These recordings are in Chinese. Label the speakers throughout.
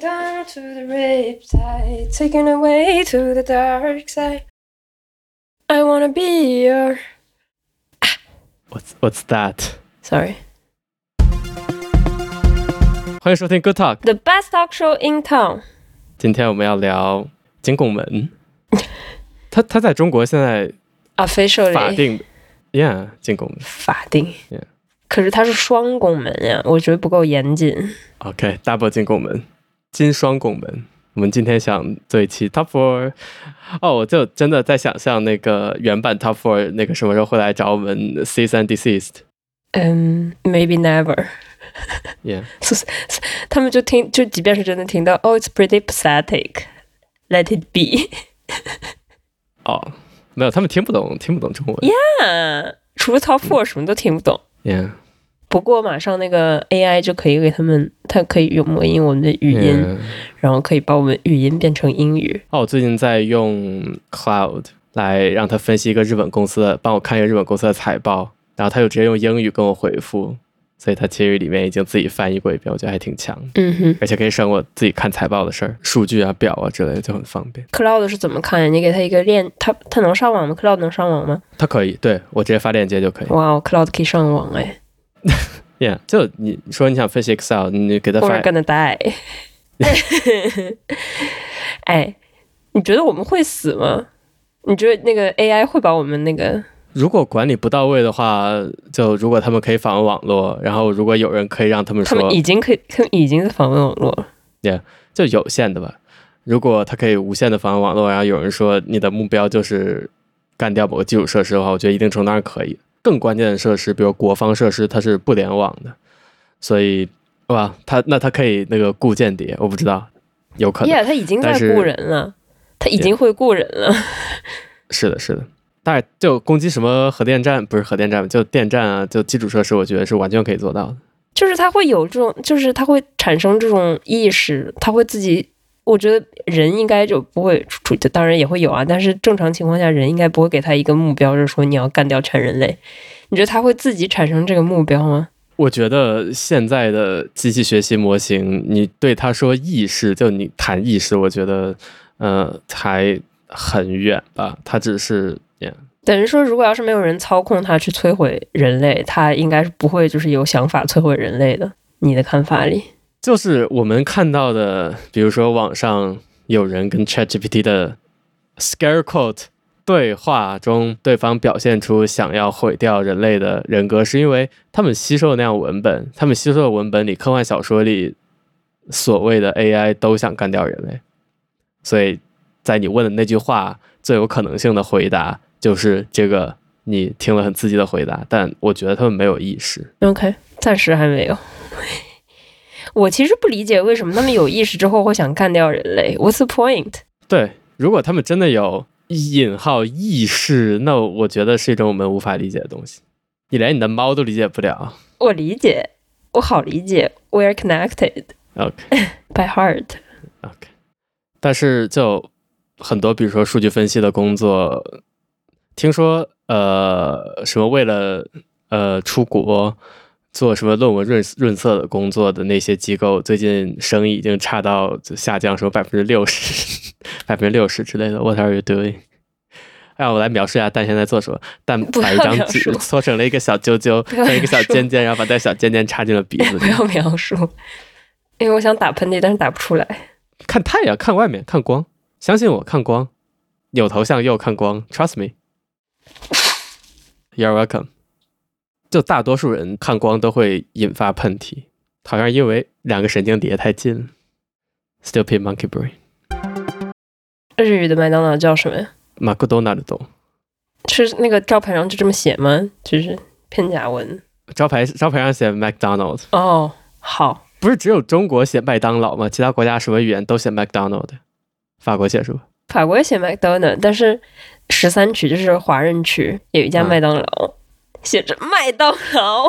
Speaker 1: down to the riptide, taken away to the dark side. I wanna be your.
Speaker 2: What's What's that？
Speaker 1: Sorry.
Speaker 2: 欢迎收听 Good Talk，
Speaker 1: The best talk show in town.
Speaker 2: 今天我们要聊金拱 门。它它在中国现在
Speaker 1: Officially.
Speaker 2: 法定，Yeah，金拱门。
Speaker 1: 法定
Speaker 2: Yeah
Speaker 1: 可是它是双拱门呀，我觉得不够严谨。
Speaker 2: OK，double、金拱门，金双拱门。我们今天想做一期 Top Four，哦，我就真的在想象那个原版 Top Four 那个什么时候会来找我们 C 三 Deceased。
Speaker 1: 嗯、m a y b e never。
Speaker 2: Yeah，
Speaker 1: 他们就听，就即便是真的听到，Oh, it's pretty pathetic. Let it be.
Speaker 2: 哦，没有，他们听不懂，听不懂中文。
Speaker 1: 啊，除了 Top Four 什么都听不懂。
Speaker 2: Yeah，
Speaker 1: 不过马上那个 AI 就可以给他们，它可以有模拟我们的语音
Speaker 2: yeah
Speaker 1: 然后可以把我们语音变成英语。
Speaker 2: 哦，我最近在用 Cloud 来让他分析一个日本公司的，帮我看一个日本公司的财报，然后他就直接用英语跟我回复，所以他其实里面已经自己翻译过一遍，我觉得还挺强的，
Speaker 1: 嗯哼
Speaker 2: 而且可以省我自己看财报的事儿，数据啊、表啊之类的就很方便。
Speaker 1: ，Cloud 是怎么看呀？你给他一个链，他他能上网吗？Cloud 能上网吗？
Speaker 2: 它可以，对我直接发链接就可以。
Speaker 1: 哇、哦 c l o u d 可以上网哎
Speaker 2: Yeah，就你你说你想分析 Excel，你给他发
Speaker 1: ，We're gonna die 。哎，你觉得我们会死吗？你觉得那个 AI 会把我们那个？
Speaker 2: 如果管理不到位的话，就如果他们可以访问网络，然后如果有人可以让他们
Speaker 1: 他
Speaker 2: 说，
Speaker 1: 们已经可以，他们已经在访问网络了。
Speaker 2: 就有限的吧。如果它可以无限的访问网络，然后有人说你的目标就是干掉某个基础设施的话，我觉得一定程度上是可以。更关键的设施，比如国防设施，它是不联网的，所以哇，它那它可以那个雇间谍，我不知道，有可能
Speaker 1: Yeah，他已经在
Speaker 2: 但是
Speaker 1: 雇人了，他已经会雇人了。
Speaker 2: 是的，是的。但是就攻击什么核电站，不是核电站，就电站啊，就基础设施，我觉得是完全可以做到的。
Speaker 1: 就是他会有这种，就是他会产生这种意识，他会自己。我觉得人应该就不会处，处当然也会有啊，但是正常情况下，人应该不会给他一个目标，就是说你要干掉全人类。你觉得他会自己产生这个目标吗？
Speaker 2: 我觉得现在的机器学习模型，你对它说意识，就你谈意识，我觉得，呃，还很远吧。它只是，yeah，
Speaker 1: 等于说，如果要是没有人操控他去摧毁人类，他应该是不会就是有想法摧毁人类的。你的看法里，
Speaker 2: 就是我们看到的，比如说网上有人跟 ChatGPT 的 scare quote 对话中，对方表现出想要毁掉人类的人格，是因为他们吸收那样文本，他们吸收的文本里，科幻小说里所谓的 AI 都想干掉人类，所以在你问的那句话最有可能性的回答就是这个。你听了很刺激的回答，但我觉得他们没有意识。
Speaker 1: OK，暂时还没有。 我其实不理解为什么他们有意识之后会想干掉人类。What's the point？
Speaker 2: 对，如果他们真的有引号意识，那我觉得是一种我们无法理解的东西。你连你的猫都理解不了。
Speaker 1: 我理解，我好理解。We're connected
Speaker 2: OK
Speaker 1: by heart。
Speaker 2: OK，但是就很多，比如说数据分析的工作，听说呃什么为了呃出国做什么论文润润色的工作的那些机构，最近生意已经差到就下降什么百分之六十、 百分之六十之类的。What are you doing？让我哎来描述一下蛋现在做什么。蛋
Speaker 1: 不
Speaker 2: 把一
Speaker 1: 要
Speaker 2: 张
Speaker 1: 描
Speaker 2: 纸
Speaker 1: 述
Speaker 2: 搓成了一个小 啾啾，
Speaker 1: 要
Speaker 2: 像一个小
Speaker 1: 描述
Speaker 2: 尖尖，然后把那小尖尖插进了鼻子
Speaker 1: 不
Speaker 2: 里。
Speaker 1: 要描述，因为我想打喷嚏，但是打不出来。
Speaker 2: 看太阳，看外面，看光，相信我，看光，扭头向右看光，Trust me。You're welcome。就大多数人看光都会引发喷嚏，好像因为两个神经叠太近了。Stupid monkey brain。
Speaker 1: 日语的麦当劳叫什么呀？
Speaker 2: 马克多纳的懂。
Speaker 1: 是那个招牌上就这么写吗？就是片假文。
Speaker 2: 招牌招牌上写 McDonald，
Speaker 1: 哦，好，
Speaker 2: 不是只有中国写麦当劳吗？其他国家什么语言都写 McDonald。法国写是吧？
Speaker 1: 法国也写 McDonald，但是十三区就是华人区有一家
Speaker 2: 嗯
Speaker 1: 麦当劳，写着麦当劳。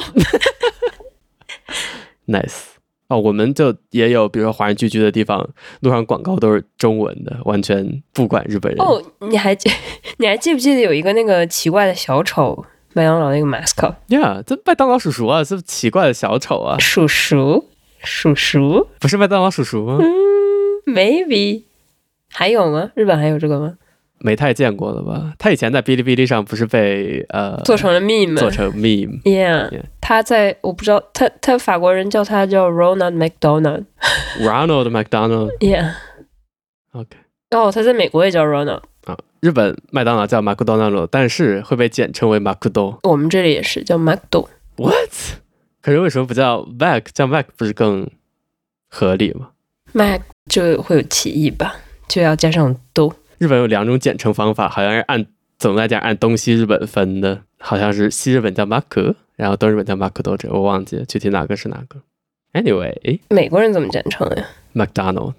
Speaker 2: Nice 哦，我们就也有，比如说华人聚居的地方，路上广告都是中文的，完全不管日本人。
Speaker 1: 哦，你还记你还记不记得有一个那个奇怪的小丑麦当劳那个 mascot
Speaker 2: ，Yeah，这麦当劳叔叔啊，这奇怪的小丑啊，
Speaker 1: 叔叔叔叔？
Speaker 2: 不是麦当劳叔叔吗？
Speaker 1: 嗯， Maybe 还有吗？日本还有这个吗？
Speaker 2: 没太见过了吧？他以前在哔哩哔哩上不是被呃
Speaker 1: 做成了 meme，
Speaker 2: 做成 meme，
Speaker 1: Yeah，,
Speaker 2: Yeah
Speaker 1: 他在我不知道，他他法国人叫他叫 Ronald McDonald。
Speaker 2: Ronald McDonald。
Speaker 1: Yeah，
Speaker 2: OK
Speaker 1: 哦，他在美国也叫 Ronald，
Speaker 2: 啊，日本麦当劳叫 McDonald，但是会被简称为 McDo。
Speaker 1: 我们这里也是叫 McDo。
Speaker 2: What？可是为什么不叫 Mac？叫 Mac 不是更合理吗？
Speaker 1: Mac 就会有歧义吧，就要加上 do。
Speaker 2: 日本有两种简称方法，好像是按总的来讲按东西日本分的，好像是西日本叫 Mac，然后东日本叫 McDo，我忘记了具体哪个是哪个。Anyway，McDonald
Speaker 1: 美国人怎么简称呀？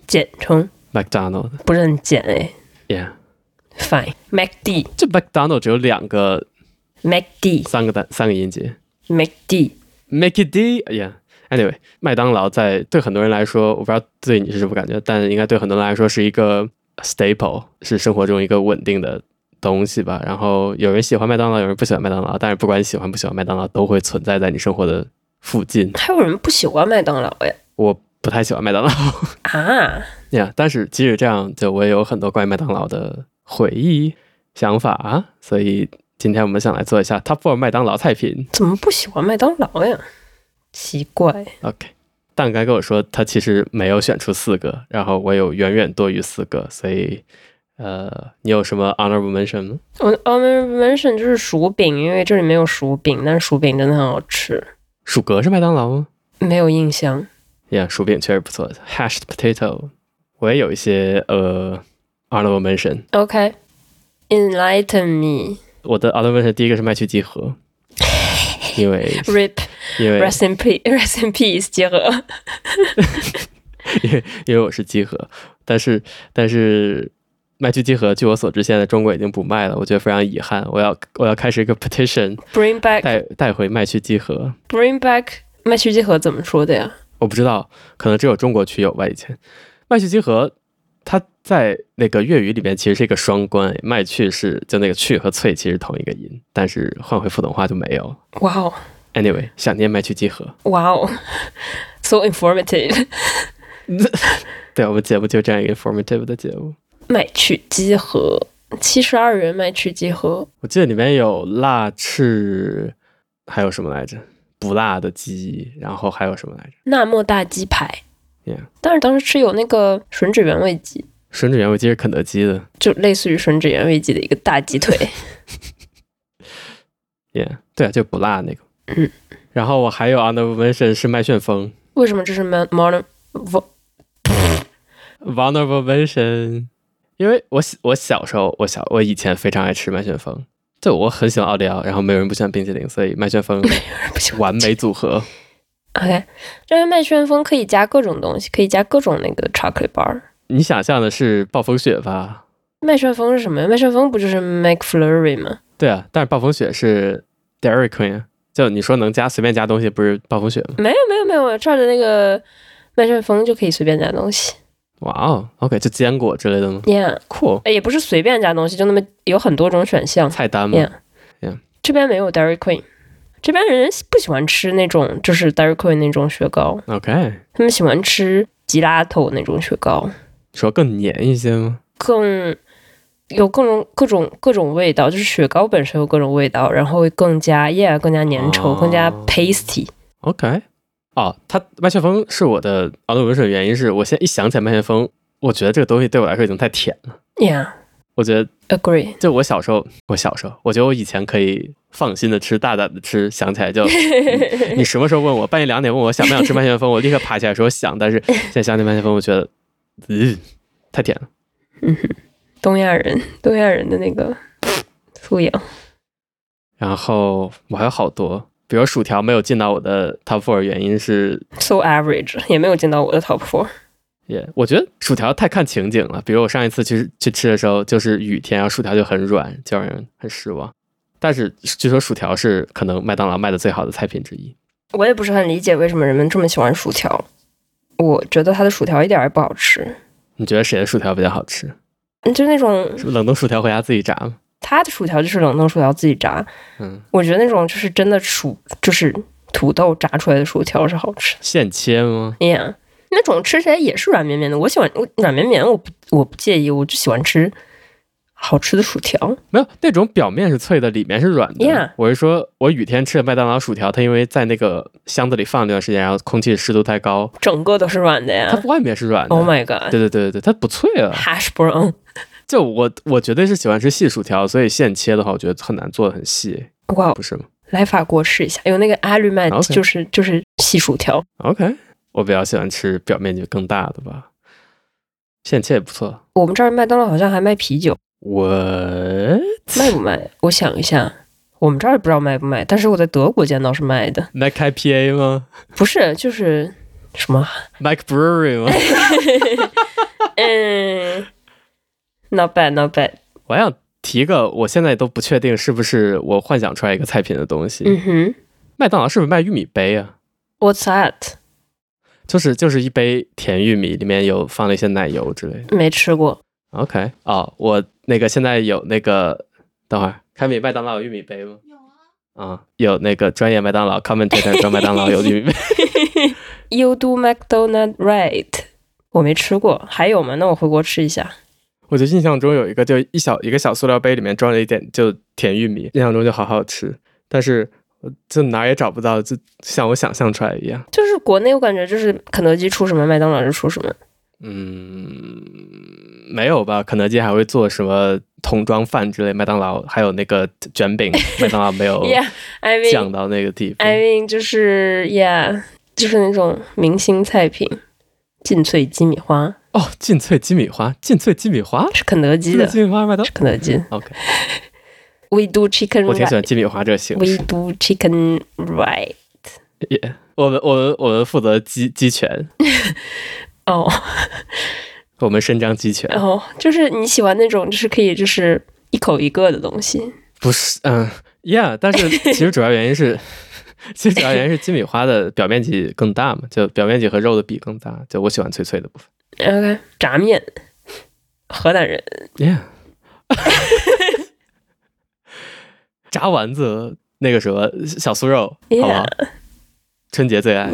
Speaker 1: 简称
Speaker 2: McDonald
Speaker 1: 不是很简哎。
Speaker 2: yeah，
Speaker 1: Fine。MacD
Speaker 2: 这 McDonald 只有两个
Speaker 1: MacD
Speaker 2: 三个单三个音节
Speaker 1: MacD。
Speaker 2: ，Make it D yeah。Anyway，麦当劳在对很多人来说，我不知道对你是什么感觉，但应该对很多人来说是一个 staple，是生活中一个稳定的东西吧。然后有人喜欢麦当劳，有人不喜欢麦当劳，但是不管你喜欢不喜欢麦当劳，都会存在在你生活的附近。
Speaker 1: 还有人不喜欢麦当劳呀？
Speaker 2: 我不太喜欢麦当劳
Speaker 1: 啊，
Speaker 2: 呀但是即使这样，就我也有很多关于麦当劳的回忆、想法，啊所以今天我们想来做一下 Top Four 麦当劳菜品。
Speaker 1: 怎么不喜欢麦当劳呀？奇怪，
Speaker 2: OK，蛋该跟我说他其实没有选出四个，然后我有远远多于四个，所以呃，你有什么 honorable mention 吗？
Speaker 1: 我哦 honorable mention 就是薯饼，因为这里没有薯饼，但是薯饼真的很好吃。
Speaker 2: 薯格是麦当劳吗？
Speaker 1: 没有印象。
Speaker 2: 呀、薯饼确实不错，hashed potato。我也有一些呃 honorable mention，
Speaker 1: OK，enlighten、me。
Speaker 2: 我的 honorable mention 第一个是麦曲集 合，因为
Speaker 1: Rip
Speaker 2: 因为
Speaker 1: rest in peace rest in peace 结合。
Speaker 2: 因为因为我是集合，但是但是麦曲集合据我所知现在中国已经不卖了，我觉得非常遗憾，我要我要开始一个 petition
Speaker 1: Bring back
Speaker 2: 带带回麦曲集合。
Speaker 1: bring back 麦曲集合怎么说的呀？
Speaker 2: 我不知道，可能只有中国区有吧。以前麦序集合，它在那个粤语里面其实是一个双关，麦趣是就那个去和翠其实同一个音，但是换回普通话就没有。
Speaker 1: 哇哦
Speaker 2: Anyway，想念麦趣集合。
Speaker 1: 哇哦，so informative。
Speaker 2: 对，我们节目就这样一个 informative 的节目。
Speaker 1: 麦曲集合，七十二元麦曲集合，
Speaker 2: 我记得里面有辣翅，还有什么来着？不辣的鸡，然后还有什么来着？
Speaker 1: 那莫大鸡排。
Speaker 2: Yeah
Speaker 1: 但是当时吃有那个吮指原味鸡，
Speaker 2: 吮指原味鸡是肯德基的
Speaker 1: 就类似于吮指原味鸡的一个大鸡腿。
Speaker 2: ，Yeah，对啊，就不辣那个。
Speaker 1: 嗯。
Speaker 2: 然后我还有 honorable mention 是麦旋风
Speaker 1: 为什么这是 mon- modern vo-
Speaker 2: Vulnerable Mention，因为我小我小时候，我小我以前非常爱吃麦旋风，对我很喜欢奥利奥，然后没有人不喜欢冰淇淋，所以麦旋风
Speaker 1: 不行？
Speaker 2: 完美组合。
Speaker 1: OK，这边麦旋风可以加各种东西，可以加各种那个 chocolate bar。
Speaker 2: 你想象的是暴风雪吧？
Speaker 1: 麦旋风是什么呀？麦旋风不就是 McFlurry 吗？
Speaker 2: 对啊，但是暴风雪是 Dairy Queen，啊就你说能加随便加东西，不是暴风雪吗？
Speaker 1: 没有没有没有，我照着那个麦旋风就可以随便加东西。
Speaker 2: 哇哦，OK，就坚果之类的吗
Speaker 1: Yeah，
Speaker 2: ？Cool，
Speaker 1: 哎也不是随便加东西，就那么有很多种选项。
Speaker 2: 菜单吗
Speaker 1: Yeah，,
Speaker 2: Yeah
Speaker 1: 这边没有 Dairy Queen，这边人不喜欢吃那种就是 Dairy Queen 那种雪糕，
Speaker 2: o k
Speaker 1: 他们喜欢吃吉拉头那种雪糕，
Speaker 2: 你说更黏一些吗？
Speaker 1: 更有各种各种各种味道，就是雪糕本身有各种味道，然后会更加 yeah 更加粘稠，
Speaker 2: 哦
Speaker 1: 更加 pasty。
Speaker 2: OK，哦，它麦旋风是我的熬的文水的原因是我现在一想起来麦旋风，我觉得这个东西对我来说已经太甜了。
Speaker 1: Yeah,
Speaker 2: 我觉得
Speaker 1: agree。
Speaker 2: 就我小时候，我小时候，我觉得我以前可以放心的吃，大胆的吃，想起来就你什么时候问我半夜两点问我想不想吃麦旋风，我立刻爬起来说想，但是现在想起麦旋风，我觉得，嗯，太甜了。
Speaker 1: 东亚人，东亚人的那个素养。
Speaker 2: 然后我还有好多，比如薯条没有进到我的 top four 原因是
Speaker 1: so average，也没有进到我的 top four。
Speaker 2: 也我觉得薯条太看情景了。比如我上一次去去吃的时候，就是雨天，然后薯条就很软，就让人很失望。但是据说薯条是可能麦当劳卖的最好的菜品之一。
Speaker 1: 我也不是很理解为什么人们这么喜欢薯条。我觉得它的薯条一点儿也不好吃，
Speaker 2: 你觉得谁的薯条比较好吃？
Speaker 1: 就那种
Speaker 2: 是冷冻薯条回家自己炸吗？
Speaker 1: 它的薯条就是冷冻薯条自己炸。
Speaker 2: 嗯，
Speaker 1: 我觉得那种就是真的薯，就是土豆炸出来的薯条是好吃的。
Speaker 2: 现切吗？
Speaker 1: Yeah，那种吃起来也是软绵绵的。我喜欢我软绵绵，我不我不介意，我就喜欢吃好吃的薯条。
Speaker 2: 没有那种表面是脆的，里面是软的。
Speaker 1: Yeah
Speaker 2: 我是说，我雨天吃的麦当劳薯条，它因为在那个箱子里放了一段时间，然后空气湿度太高，
Speaker 1: 整个都是软的
Speaker 2: 它
Speaker 1: 呀。
Speaker 2: 外面是软
Speaker 1: 嗯
Speaker 2: 的。
Speaker 1: Oh my god！
Speaker 2: 对对对对对，它不脆啊！
Speaker 1: hash brown，
Speaker 2: 就我我绝对是喜欢吃细薯条，所以现切的话，我觉得很难做的很细，
Speaker 1: 哇，
Speaker 2: 不是吗
Speaker 1: 来法国试一下，有那个阿绿麦，
Speaker 2: OK
Speaker 1: 就是就是细薯条。
Speaker 2: ？OK，我比较喜欢吃表面积更大的吧，现切也不错。
Speaker 1: 我们这儿麦当劳好像还卖啤酒，
Speaker 2: 我
Speaker 1: 卖不卖？我想一下，我们这儿不知道卖不卖，但是我在德国见到是卖的，
Speaker 2: Mac IPA 吗
Speaker 1: 不是就是什 么？
Speaker 2: ？Mac Brewery 吗？
Speaker 1: 嗯，not bad not bad。
Speaker 2: 我还想提个，我现在都不确定是不是我幻想出来一个菜品的东西。
Speaker 1: 嗯哼
Speaker 2: 麦当劳是不是卖玉米杯啊？
Speaker 1: ，What's that？
Speaker 2: 就是就是一杯甜玉米，里面有放了一些奶油之类的。
Speaker 1: 没吃过。
Speaker 2: OK，哦，我那个现在有那个，等会儿凯米麦当劳有玉米杯吗？有啊。啊、有那个专业麦当劳 commentator 说麦当劳有玉米杯。
Speaker 1: You do McDonald right？我没吃过，还有吗？那我回国吃一下。
Speaker 2: 我就印象中有一个，就一小一个小塑料杯，里面装了一点就甜玉米，印象中就好好吃，但是我就哪儿也找不到，就像我想象出来一样。
Speaker 1: 就是国内我感觉就是肯德基出什么，麦当劳就出什么。
Speaker 2: 嗯，没有吧？肯德基还会做什么桶装饭之类，麦当劳还有那个卷 饼，麦当劳没有
Speaker 1: Yeah，I
Speaker 2: 降
Speaker 1: mean
Speaker 2: 到那个地步。
Speaker 1: I mean 就是 Yeah，就是那种明星菜品，劲脆鸡米花
Speaker 2: 哦，劲脆鸡米花，劲脆鸡米花，
Speaker 1: 是肯德基
Speaker 2: 劲脆
Speaker 1: 的，
Speaker 2: 鸡米花麦当
Speaker 1: 是肯德基。
Speaker 2: OK，
Speaker 1: We do chicken
Speaker 2: 我挺喜
Speaker 1: right。
Speaker 2: 欢鸡米花这个形
Speaker 1: We
Speaker 2: 式。
Speaker 1: do chicken right。
Speaker 2: 也，我们我们我们负责鸡鸡拳，
Speaker 1: 哦
Speaker 2: 我们伸张鸡拳。
Speaker 1: 哦，就是你喜欢那种，就是可以就是一口一个的东西。
Speaker 2: 不是，嗯，Yeah，但是其实主要原因是， 其实主要原因是鸡米花的表面积更大嘛，就表面积和肉的比更大，就我喜欢脆脆的部分。
Speaker 1: OK，炸面，河南人
Speaker 2: Yeah，炸丸子那个什么小酥肉，好吧
Speaker 1: Yeah，
Speaker 2: 春节最爱。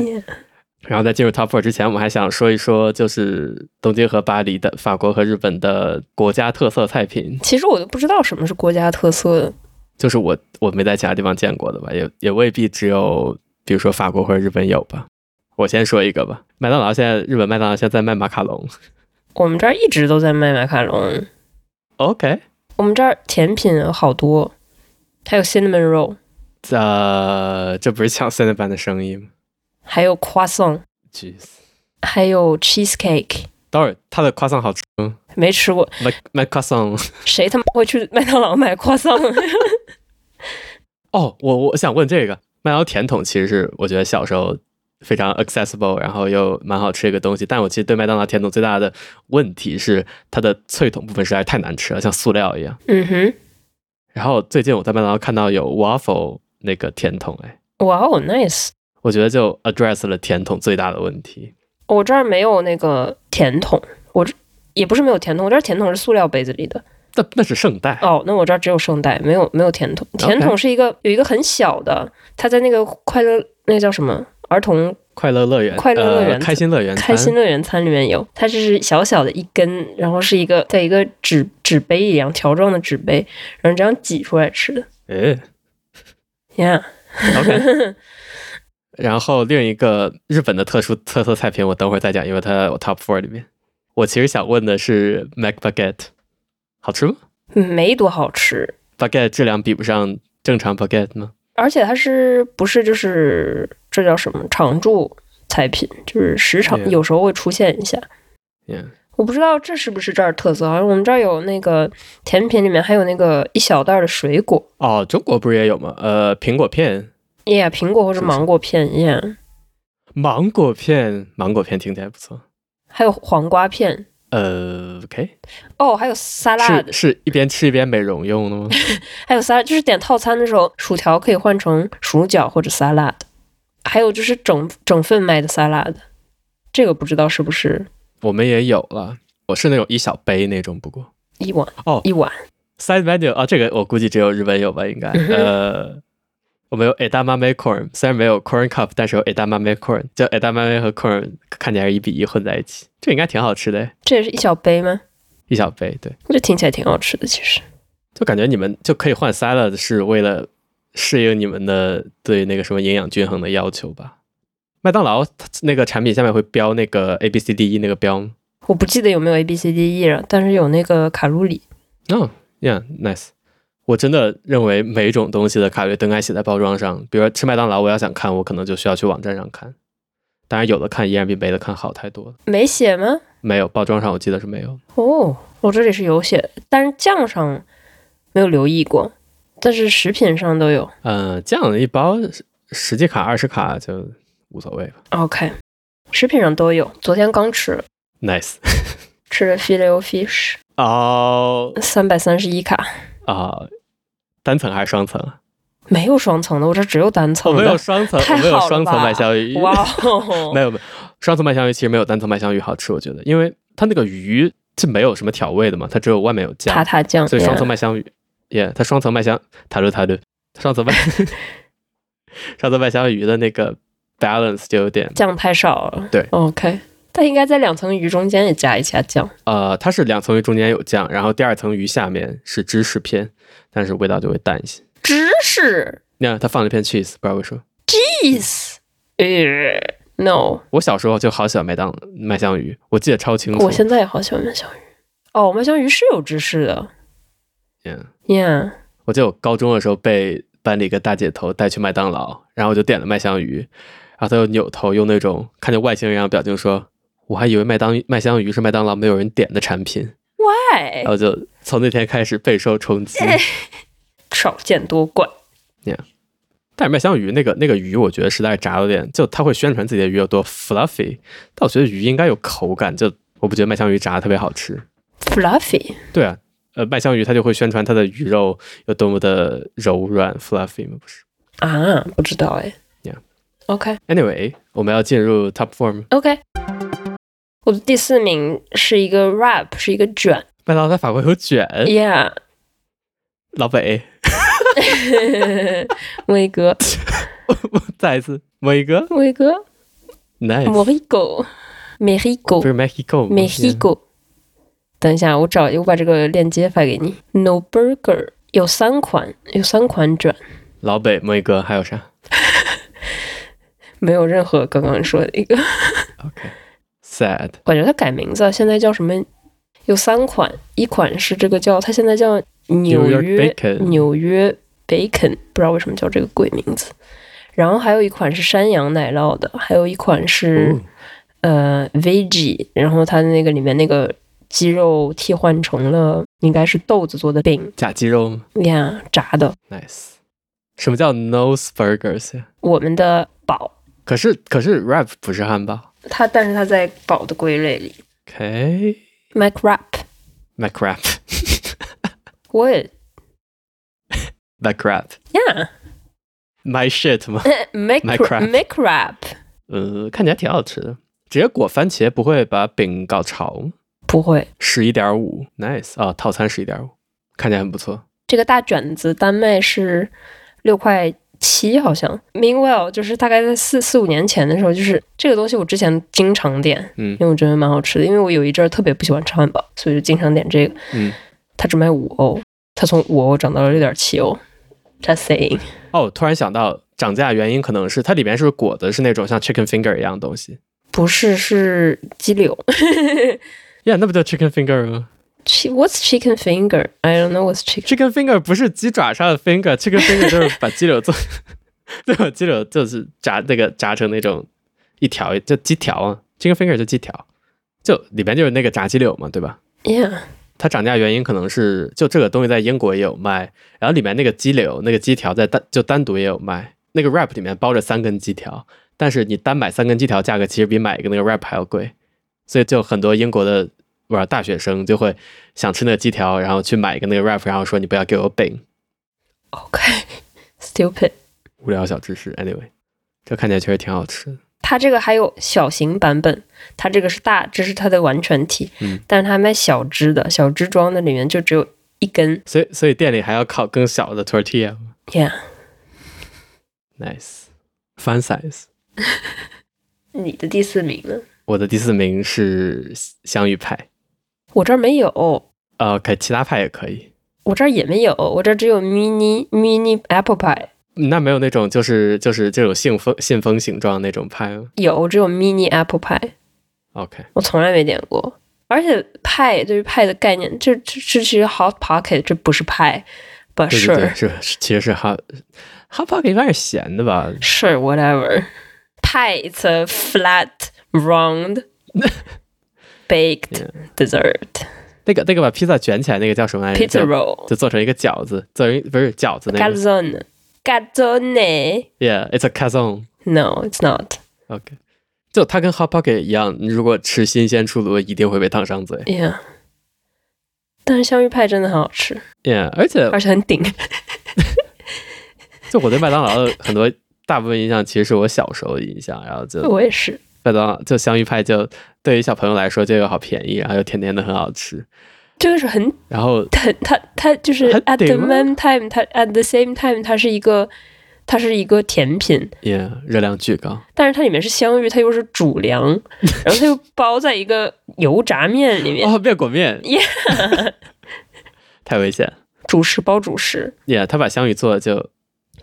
Speaker 2: 然后在进入 Top Four 之前，我们还想说一说，就是东京和巴黎的法国和日本的国家特色菜品，
Speaker 1: 其实我都不知道什么是国家特色的。
Speaker 2: 就是我我没在其他地方见过的吧，也也未必只有，比如说法国或者日本有吧。我先说一个吧，麦当劳现在日本麦当劳现在在卖马卡龙
Speaker 1: 我们这儿一直都在卖马卡龙，
Speaker 2: ，OK，
Speaker 1: 我们这儿甜品有好多，还有 cinnamon roll，
Speaker 2: 呃，这不是抢 c i n n a b o n 的生意吗
Speaker 1: 还有 croissant，
Speaker 2: ？Jeez，
Speaker 1: 还有 cheesecake。
Speaker 2: 等会儿它的夸桑好吃吗？
Speaker 1: 没吃过，
Speaker 2: 麦麦卡桑。
Speaker 1: 谁他妈会去麦当劳买 croissant？
Speaker 2: 哦，我我想问这个麦当劳甜筒，其实是我觉得小时候非常 accessible，然后又蛮好吃一个东西。但我其实对麦当劳甜筒最大的问题是它的脆筒部分实在太难吃了，像塑料一样。
Speaker 1: 嗯哼，
Speaker 2: 然后最近我在麦当劳看到有 waffle 那个甜筒，哎，
Speaker 1: 哇哦，nice！
Speaker 2: 我觉得就 address 了甜筒最大的问题。
Speaker 1: 我这儿没有那个甜筒，我这也不是没有甜筒，我这儿甜筒是塑料杯子里的。
Speaker 2: 那那是圣代，
Speaker 1: 哦，那我这儿只有圣代，没有没有甜筒。甜筒是一个有一个很小的，它在那个快乐那叫什么儿童
Speaker 2: 快乐乐园，
Speaker 1: 快乐乐园
Speaker 2: 呃、开心乐园餐，
Speaker 1: 开心乐园餐里面有，它就是小小的一根，然后是一个在一个纸纸杯一样条状的纸杯，然后这样挤出来吃的。
Speaker 2: 哎
Speaker 1: Yeah，
Speaker 2: OK。然后另一个日本的特殊特色菜品，我等会儿再讲，因为它在我 Top Four 里面。我其实想问的是 Mac Baguette，好吃吗
Speaker 1: 嗯没多好吃，
Speaker 2: ？Baguette 质量比不上正常 Baguette 吗？
Speaker 1: 而且它是不是就是这叫什么常驻菜品，就是时常
Speaker 2: Yeah
Speaker 1: 有时候会出现一下。
Speaker 2: Yeah
Speaker 1: 我不知道这是不是这儿特色，好像我们这儿有那个甜品里面还有那个一小袋儿的水果。
Speaker 2: 哦，中国不是也有吗？呃，苹果片、
Speaker 1: 耶苹果或者
Speaker 2: 是不是
Speaker 1: 芒果片耶
Speaker 2: 芒果片、芒果片听起来不错。
Speaker 1: 还有黄瓜片
Speaker 2: 呃，OK，
Speaker 1: 哦，还有沙拉
Speaker 2: 是，是一边吃一边美容用的吗？
Speaker 1: 还有沙拉，就是点套餐的时候，薯条可以换成薯角或者沙拉的，还有就是整整份卖的沙拉的，这个不知道是不是
Speaker 2: 我们也有了，我是那种一小杯那种，不过。
Speaker 1: 一碗
Speaker 2: 哦
Speaker 1: 一碗
Speaker 2: side menu 啊，这个我估计只有日本有吧，应该。
Speaker 1: 嗯哼
Speaker 2: 呃，我们有 edamame corn，虽然没有 corn cup，但是有 edamame corn，就 edamame 和 corn 看起来是一比一混在一起，这应该挺好吃的，
Speaker 1: 这也是一小杯吗？
Speaker 2: 一小杯，对，
Speaker 1: 这听起来挺好吃的，其实。
Speaker 2: 就感觉你们就可以换 salad 是为了适应你们的对那个什么营养均衡的要求吧。麦当劳它那个产品下面会标那个 A B C D E 那个标吗？
Speaker 1: 我不记得有没有 A B C D E 了，但是有那个卡路里。
Speaker 2: 哦、oh,，Yeah，nice。我真的认为每种东西的卡路里都应该写在包装上。比如说吃麦当劳，我要想看，我可能就需要去网站上看。当然，有的看依然比没的看好太多了。
Speaker 1: 没写吗？
Speaker 2: 没有，包装上我记得是没有。
Speaker 1: 哦，我这里是有写，但是酱上没有留意过，但是食品上都有。
Speaker 2: 嗯，酱一包十几卡、二十卡就无所谓吧。
Speaker 1: OK，食品上都有。昨天刚吃了
Speaker 2: Nice，
Speaker 1: 吃了 filet o fish，
Speaker 2: 哦
Speaker 1: 三百三十一卡，
Speaker 2: 啊，单层还是双层？啊
Speaker 1: 没有双层的，我这只哦有单
Speaker 2: 我
Speaker 1: 层的。
Speaker 2: 哦没有双层，
Speaker 1: 太
Speaker 2: 我
Speaker 1: 好
Speaker 2: 没有
Speaker 1: 了
Speaker 2: 双层
Speaker 1: 吧
Speaker 2: 麦香鱼。
Speaker 1: 哇 哦，
Speaker 2: 没有没有，双层麦香鱼其实没有单层麦香鱼好吃，我觉得，因为它那个鱼是没有什么调味的嘛，它只有外面有
Speaker 1: 塔
Speaker 2: 酱，
Speaker 1: 塔酱，
Speaker 2: 所以双层
Speaker 1: yeah
Speaker 2: 麦香鱼，耶、它双层麦香，塔鲁塔鲁，双层麦， 双层麦香鱼的那个 balance 就有点，
Speaker 1: 酱太少了。
Speaker 2: 对
Speaker 1: ，OK，但应该在两层鱼中间也加一下酱。
Speaker 2: 呃，它是两层鱼中间有酱，然后第二层鱼下面是芝士片，但是味道就会淡一些。
Speaker 1: 芝士
Speaker 2: 那它放了一片 cheese，不知道为什么。
Speaker 1: ，cheese，呃，no，
Speaker 2: 我小时候就好喜欢麦当麦香鱼，我记得超清楚。
Speaker 1: 我现在也好喜欢麦香鱼。哦，麦香鱼是有芝士的
Speaker 2: Yeah
Speaker 1: ，yeah，
Speaker 2: 我记得我高中的时候被班里一个大姐头带去麦当劳，然后我就点了麦香鱼，然后她就扭头用那种看见外星人一样的表情说：“我还以为麦当麦香鱼是麦当劳没有人点的产品。”
Speaker 1: 喂哎
Speaker 2: 然，后就从那天开始备受冲击。
Speaker 1: 少见多怪。
Speaker 2: 但是麦香鱼那个那个鱼，我觉得实在是炸得有点，就它会宣传自己的鱼有多 fluffy，但我觉得鱼应该有口感，就我不觉得麦香鱼炸的特别好吃。
Speaker 1: Fluffy，
Speaker 2: 对啊，呃，麦香鱼它就会宣传它的鱼肉有多么的柔软 fluffy 吗？不是。
Speaker 1: 啊，不知道哎。
Speaker 2: Yeah
Speaker 1: OK
Speaker 2: Anyway，我们要进入 top four 吗？
Speaker 1: OK，我的第四名是一个 wrap，是一个卷。
Speaker 2: 麦当劳在法国有卷，
Speaker 1: Yeah，
Speaker 2: 老北，
Speaker 1: 威哥，
Speaker 2: 再一次，墨一哥
Speaker 1: 威哥
Speaker 2: ，nice，不
Speaker 1: ，Morigo，Morigo，Morigo。
Speaker 2: 是 Mexico 吗
Speaker 1: Mexico 等一下，我找，我把这个链接发给你。No Burger 有三款，有三款卷，
Speaker 2: 老北，墨一哥，还有啥
Speaker 1: 没有任何刚刚说的一个。
Speaker 2: ？Sad，
Speaker 1: 感觉它改名字了，啊现在叫什么？有三款，一款是这个叫它现在叫纽
Speaker 2: York
Speaker 1: 约
Speaker 2: Bacon
Speaker 1: 纽约 bacon，不知道为什么叫这个鬼名字。然后还有一款是山羊奶酪的，还有一款是、
Speaker 2: 哦
Speaker 1: 呃 veggie，然后它那个里面那个鸡肉替换成了应该是豆子做的饼
Speaker 2: 假鸡肉吗
Speaker 1: 呀，炸的。
Speaker 2: ？Nice，什么叫 nose burgers 呀？
Speaker 1: 我们的堡，
Speaker 2: 可是可是 wrap 不是汉堡
Speaker 1: 它但是它在堡的归类里，mac
Speaker 2: ，OK，mac
Speaker 1: wrap，
Speaker 2: wrap，mac
Speaker 1: 我也
Speaker 2: wrap，my
Speaker 1: yeah，mac
Speaker 2: shit 吗？Mac wrap
Speaker 1: mac wrap
Speaker 2: 呃，看起来挺好吃的，直接裹番茄不会把饼搞潮吗？
Speaker 1: 不会。
Speaker 2: 十一点五，nice 啊，套餐十一点五，看起来很不错。
Speaker 1: 这个大卷子单卖是六块七，好像。Meanwhile，就是大概在四四五年前的时候，就是这个东西我之前经常点，
Speaker 2: 嗯
Speaker 1: 因为我觉得蛮好吃的。因为我有一阵儿特别不喜欢吃汉堡，所以就经常点这个。
Speaker 2: 嗯，
Speaker 1: 它只卖五欧，它从五欧涨到了六点七欧。Just saying，
Speaker 2: 哦，我突然想到，涨价原因可能是它里面是不是裹的是那种像 chicken finger 一样的东西？
Speaker 1: 不是是鸡柳。
Speaker 2: 呀、那不叫 chicken finger 吗
Speaker 1: Chi- What's chicken finger? I don't know what's chicken.
Speaker 2: ？chicken finger 不是鸡爪上的 finger，chicken finger 就是把鸡柳做， 对吧？鸡柳就是炸那个炸成那种一条就鸡条啊，chicken finger 就鸡条，就里面就是那个炸鸡柳嘛，对吧？
Speaker 1: Yeah，
Speaker 2: 它涨价原因可能是就这个东西在英国也有卖，然后里面那个鸡柳、那个鸡条在单就单独也有卖，那个 wrap 里面包着三根鸡条，但是你单买三根鸡条价格其实比买一个那个 wrap 还要贵，所以就很多英国的不是大学生就会想吃那个鸡条，然后去买一个那个 wrap，然后说你不要给我饼，
Speaker 1: OK，stupid、
Speaker 2: 无聊小知识。Anyway，这看起来确实挺好吃的。
Speaker 1: 它这个还有小型版本，它这个是大，这是它的完全体，
Speaker 2: 嗯
Speaker 1: 但是它还卖小支的，小支装的里面就只有一根
Speaker 2: 所以所以店里还要烤更小的 tortilla 吗
Speaker 1: ，yeah，
Speaker 2: Nice fun size。
Speaker 1: 你的第四名呢？
Speaker 2: 我的第四名是香芋派，
Speaker 1: 我这儿没有，
Speaker 2: 呃，可其他派也可以。
Speaker 1: 我这儿也没有，我这儿只有 mini mini apple pie，
Speaker 2: 那没有那种就是就是这种信封信封形状那种派吗
Speaker 1: 有只有 mini apple pie，
Speaker 2: ？OK，
Speaker 1: 我从来没点过。而且派对于派的概念，这这这其实 hot pocket 这不是派，but
Speaker 2: 对
Speaker 1: sure
Speaker 2: 对对，是是，其实是 hot hot pocket 应该是咸的吧？
Speaker 1: sure whatever，派 it's a flat round baked dessert
Speaker 2: 那个那个把披萨卷起来那个叫什么来着？
Speaker 1: pizza
Speaker 2: 叫
Speaker 1: roll
Speaker 2: 就做成一个饺子，做成不是饺子那个
Speaker 1: calzone calzone
Speaker 2: ，Yeah，it's a calzone。
Speaker 1: no it's not
Speaker 2: OK，就它跟 hot pocket 一样，你如果吃新鲜出炉的，一定会被烫伤嘴。
Speaker 1: yeah，但是香芋派真的很好吃，
Speaker 2: Yeah，而且
Speaker 1: 而且很顶。
Speaker 2: 就我对麦当劳的很多大部分印象，其实是我小时候的印象，然后就
Speaker 1: 我也是，
Speaker 2: 麦当劳就香芋派就对于小朋友来说就又好便宜，然后又甜甜的很好吃，
Speaker 1: 这个是很
Speaker 2: 然后
Speaker 1: 很它它就是
Speaker 2: 很
Speaker 1: at
Speaker 2: 顶
Speaker 1: the
Speaker 2: 吗
Speaker 1: same time，它 at the same time，它是一个它是一个甜品，
Speaker 2: 也、热量巨高。
Speaker 1: 但是它里面是香芋，它又是主粮， 然后它又包在一个油炸面里面，
Speaker 2: 哦，面裹面 太危险。
Speaker 1: 主食包主食，
Speaker 2: Yeah，他把香芋做的就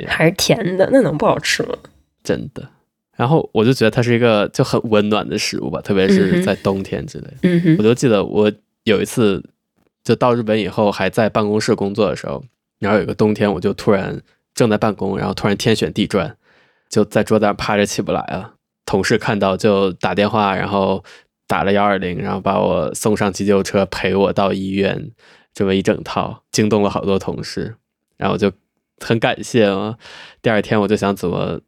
Speaker 1: 还是甜的，那能不好吃吗？
Speaker 2: 真的。然后我就觉得它是一个就很温暖的食物吧，特别
Speaker 1: 嗯
Speaker 2: 是
Speaker 1: 哼
Speaker 2: 在冬天之类的。
Speaker 1: 嗯哼，
Speaker 2: 我就记得我有一次就到日本以后，还在办公室工作的时候，然后有一个冬天，我就突然正在办公，然后突然天旋地转，就在桌子上趴着起不来了。同事看到就打电话，然后打了幺二零，然后把我送上急救车，陪我到医院，这么一整套，惊动了好多同事，然后我就很感谢啊。第二天我就想怎么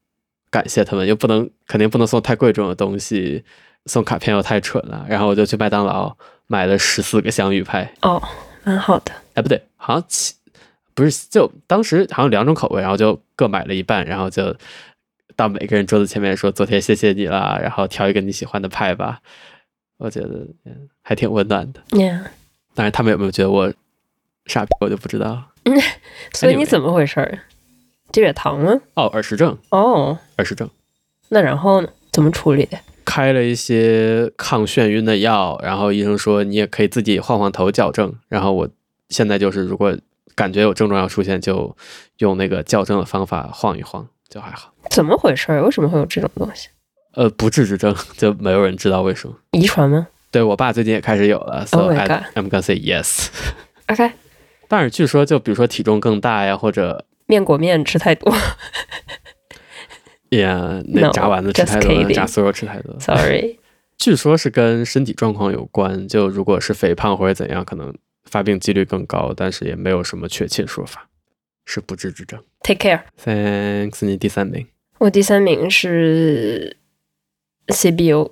Speaker 2: 感谢他们，又不能肯定不能送太贵重的东西，送卡片又太蠢了，然后我就去麦当劳买了十四个香芋派，
Speaker 1: 哦，蛮好的，
Speaker 2: 哎，不对，好像七不是，就当时好像两种口味，然后就各买了一半，然后就到每个人桌子前面说：“昨天谢谢你啦，然后挑一个你喜欢的派吧。”我觉得嗯还挺温暖的。
Speaker 1: yeah。
Speaker 2: 当然，他们有没有觉得我傻逼，我就不知道。
Speaker 1: 所以你
Speaker 2: Anyway
Speaker 1: 怎么回事儿？低血糖吗？
Speaker 2: 哦，耳石症，
Speaker 1: 哦，
Speaker 2: 耳石症。
Speaker 1: 那然后呢？怎么处理的？
Speaker 2: 开了一些抗眩晕的药，然后医生说你也可以自己晃晃头矫正。然后我现在就是，如果感觉有症状要出现，就用那个矫正的方法晃一晃，就还好。
Speaker 1: 怎么回事儿？为什么会有这种东西？
Speaker 2: 呃，不治之症，就没有人知道为什么。
Speaker 1: 遗传吗
Speaker 2: 对我爸最近也开始有了，so、
Speaker 1: Oh my
Speaker 2: I
Speaker 1: God
Speaker 2: I'm gonna say yes。
Speaker 1: ？OK，
Speaker 2: 但是据说，就比如说体重更大呀，或者
Speaker 1: 面裹面吃太多
Speaker 2: 也那
Speaker 1: No，
Speaker 2: 炸丸子吃
Speaker 1: just
Speaker 2: 太多了，
Speaker 1: kidding
Speaker 2: 炸酥肉吃太多了，
Speaker 1: ，sorry。
Speaker 2: 据说是跟身体状况有关，就如果是肥胖或者怎样，可能发病几率更高，但是也没有什么确切说法，是不治之症。
Speaker 1: Take care。
Speaker 2: Thanks，你第三名
Speaker 1: 我第三名是 CBO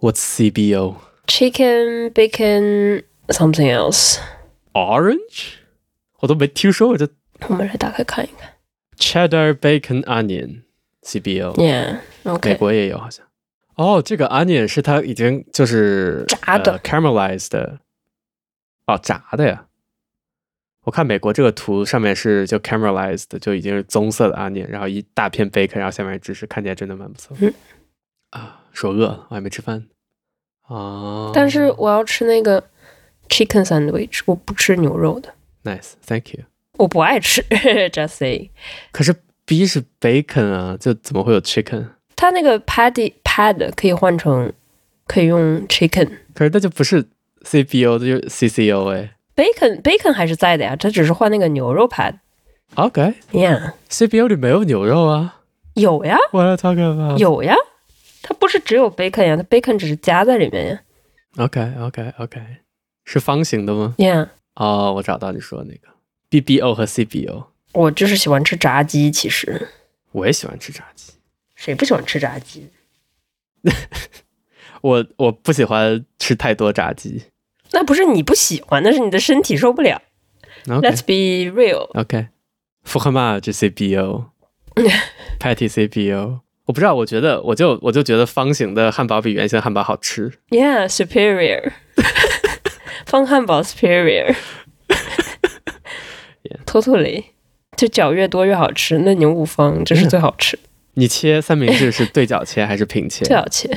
Speaker 2: ，What's CBO
Speaker 1: Chicken Bacon Something Else。
Speaker 2: Orange？我都没听说过这
Speaker 1: 我们来打开看一看。
Speaker 2: Cheddar Bacon Onion CBO，、
Speaker 1: Yeah，
Speaker 2: 美
Speaker 1: OK，
Speaker 2: 国也有好像。哦，这个 onion 是它已经就是
Speaker 1: 炸的
Speaker 2: 呃、caramelized 的，哦，炸的呀。我看美国这个图上面是就 caramelized，就已经是棕色的 onion，然后一大片 bacon，然后下面是芝士，看起来真的蛮不错。
Speaker 1: 嗯
Speaker 2: 啊，说饿了，我还没吃饭。啊，
Speaker 1: 但是我要吃那个 Chicken Sandwich，我不吃牛肉的，
Speaker 2: nice，thank you。
Speaker 1: 我不爱吃。Just say，
Speaker 2: 可是 B 是 bacon 啊，就怎么会有 chicken？
Speaker 1: 它那个 patty pad 可以换成，可以用 chicken。
Speaker 2: 可是那就不是 CBO，这就是 CCO 哎。
Speaker 1: bacon bacon 还是在的呀，它只是换那个牛肉 pad。
Speaker 2: OK，CBO、
Speaker 1: Yeah，
Speaker 2: 里没有牛肉啊。
Speaker 1: 有呀，
Speaker 2: What are you talking about？
Speaker 1: 有呀，它不是只有 bacon 呀，它 bacon 只是加在里面呀。
Speaker 2: OK OK OK，是方形的吗？
Speaker 1: Yeah。
Speaker 2: 哦，我找到你说的那个 BBO 和 CBO，
Speaker 1: 我就是喜欢吃炸鸡，其实
Speaker 2: 我也喜欢吃炸鸡。
Speaker 1: 谁不喜欢吃炸鸡？
Speaker 2: 我我不喜欢吃太多炸鸡。
Speaker 1: 那不是你不喜欢，那是你的身体受不了。
Speaker 2: OK
Speaker 1: Let's be real，
Speaker 2: OK，福克曼这 CBO，Patty CBO，我不知道，我觉得我就我就觉得方形的汉堡比圆形的汉堡好吃。
Speaker 1: yeah superior，方汉堡 superior，偷偷雷，就搅越多越好吃，那牛五方这是最好吃的。
Speaker 2: 你切三明治是对角切还是平切？
Speaker 1: 最好切，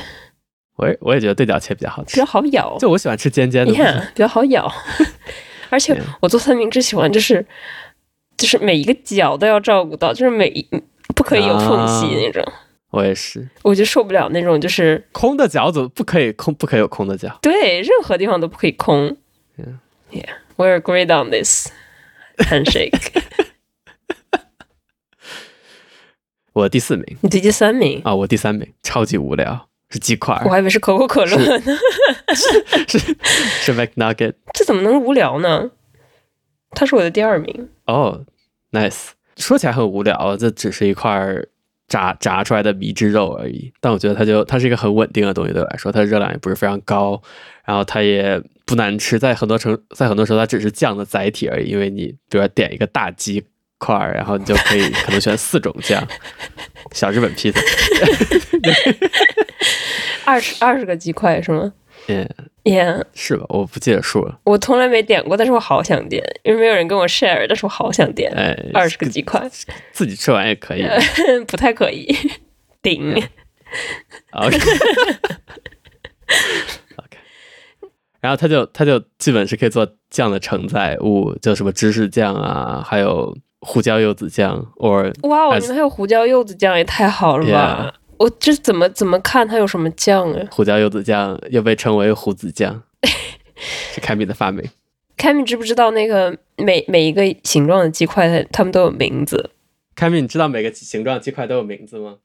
Speaker 2: 我也我也觉得对角切比较好
Speaker 1: 比较
Speaker 2: 吃，
Speaker 1: 好咬。
Speaker 2: 就我喜欢吃尖尖的
Speaker 1: 你
Speaker 2: 部分。
Speaker 1: 看，比较好咬。 而且
Speaker 2: Yeah
Speaker 1: 我做三明治喜欢就是就是每一个角都要照顾到，就是每一不可以有缝隙
Speaker 2: 啊
Speaker 1: 那种。
Speaker 2: 我也是，
Speaker 1: 我就受不了那种就是
Speaker 2: 空的角怎么不可以空？不可以有空的角。
Speaker 1: 对任何地方都不可以空。
Speaker 2: Yeah
Speaker 1: Yeah, we're agreed on this. Handshake，
Speaker 2: 我第四名
Speaker 1: 你最近三名，
Speaker 2: 啊、我第三名，超级无聊，是鸡块儿
Speaker 1: 我，还以为是可口可乐呢，
Speaker 2: 是是 McNugget。
Speaker 1: 这怎么能无聊呢？他是我的第二名。
Speaker 2: 哦、n i c e 说起来很无聊，这只是一块儿炸炸出来的迷之肉而已。但我觉得它就它是一个很稳定的东西，对我来说，它的热量也不是非常高，然后它也不难吃，在很多程在很多时候它只是酱的载体而已。因为你比如说点一个大鸡块儿，然后你就可以可能选四种 酱，小日本披萨，
Speaker 1: 二十二十个鸡块是吗
Speaker 2: 嗯，
Speaker 1: ？Yeah，
Speaker 2: 是吧？我不记得数了，
Speaker 1: 我从来没点过，但是我好想点，因为没有人跟我 share，但是我好想点
Speaker 2: 哎，
Speaker 1: 二十个鸡块，嗯
Speaker 2: 自己吃完也可以。
Speaker 1: 不太可以顶。
Speaker 2: OK，OK，、然后它就它就基本是可以做酱的承载物，就什么芝士酱啊，还有胡椒柚子酱，or
Speaker 1: 哇哦，
Speaker 2: As-
Speaker 1: 你们还有胡椒柚子酱，也啊太好了吧我这怎么怎么看它有什么酱啊？
Speaker 2: 胡椒柚子酱又被称为胡子酱，是凯米的发明。
Speaker 1: 凯米知不知道那个每每一个形状的鸡块，它它们都有名字？
Speaker 2: 凯米，你知道每个形状鸡块都有名字吗？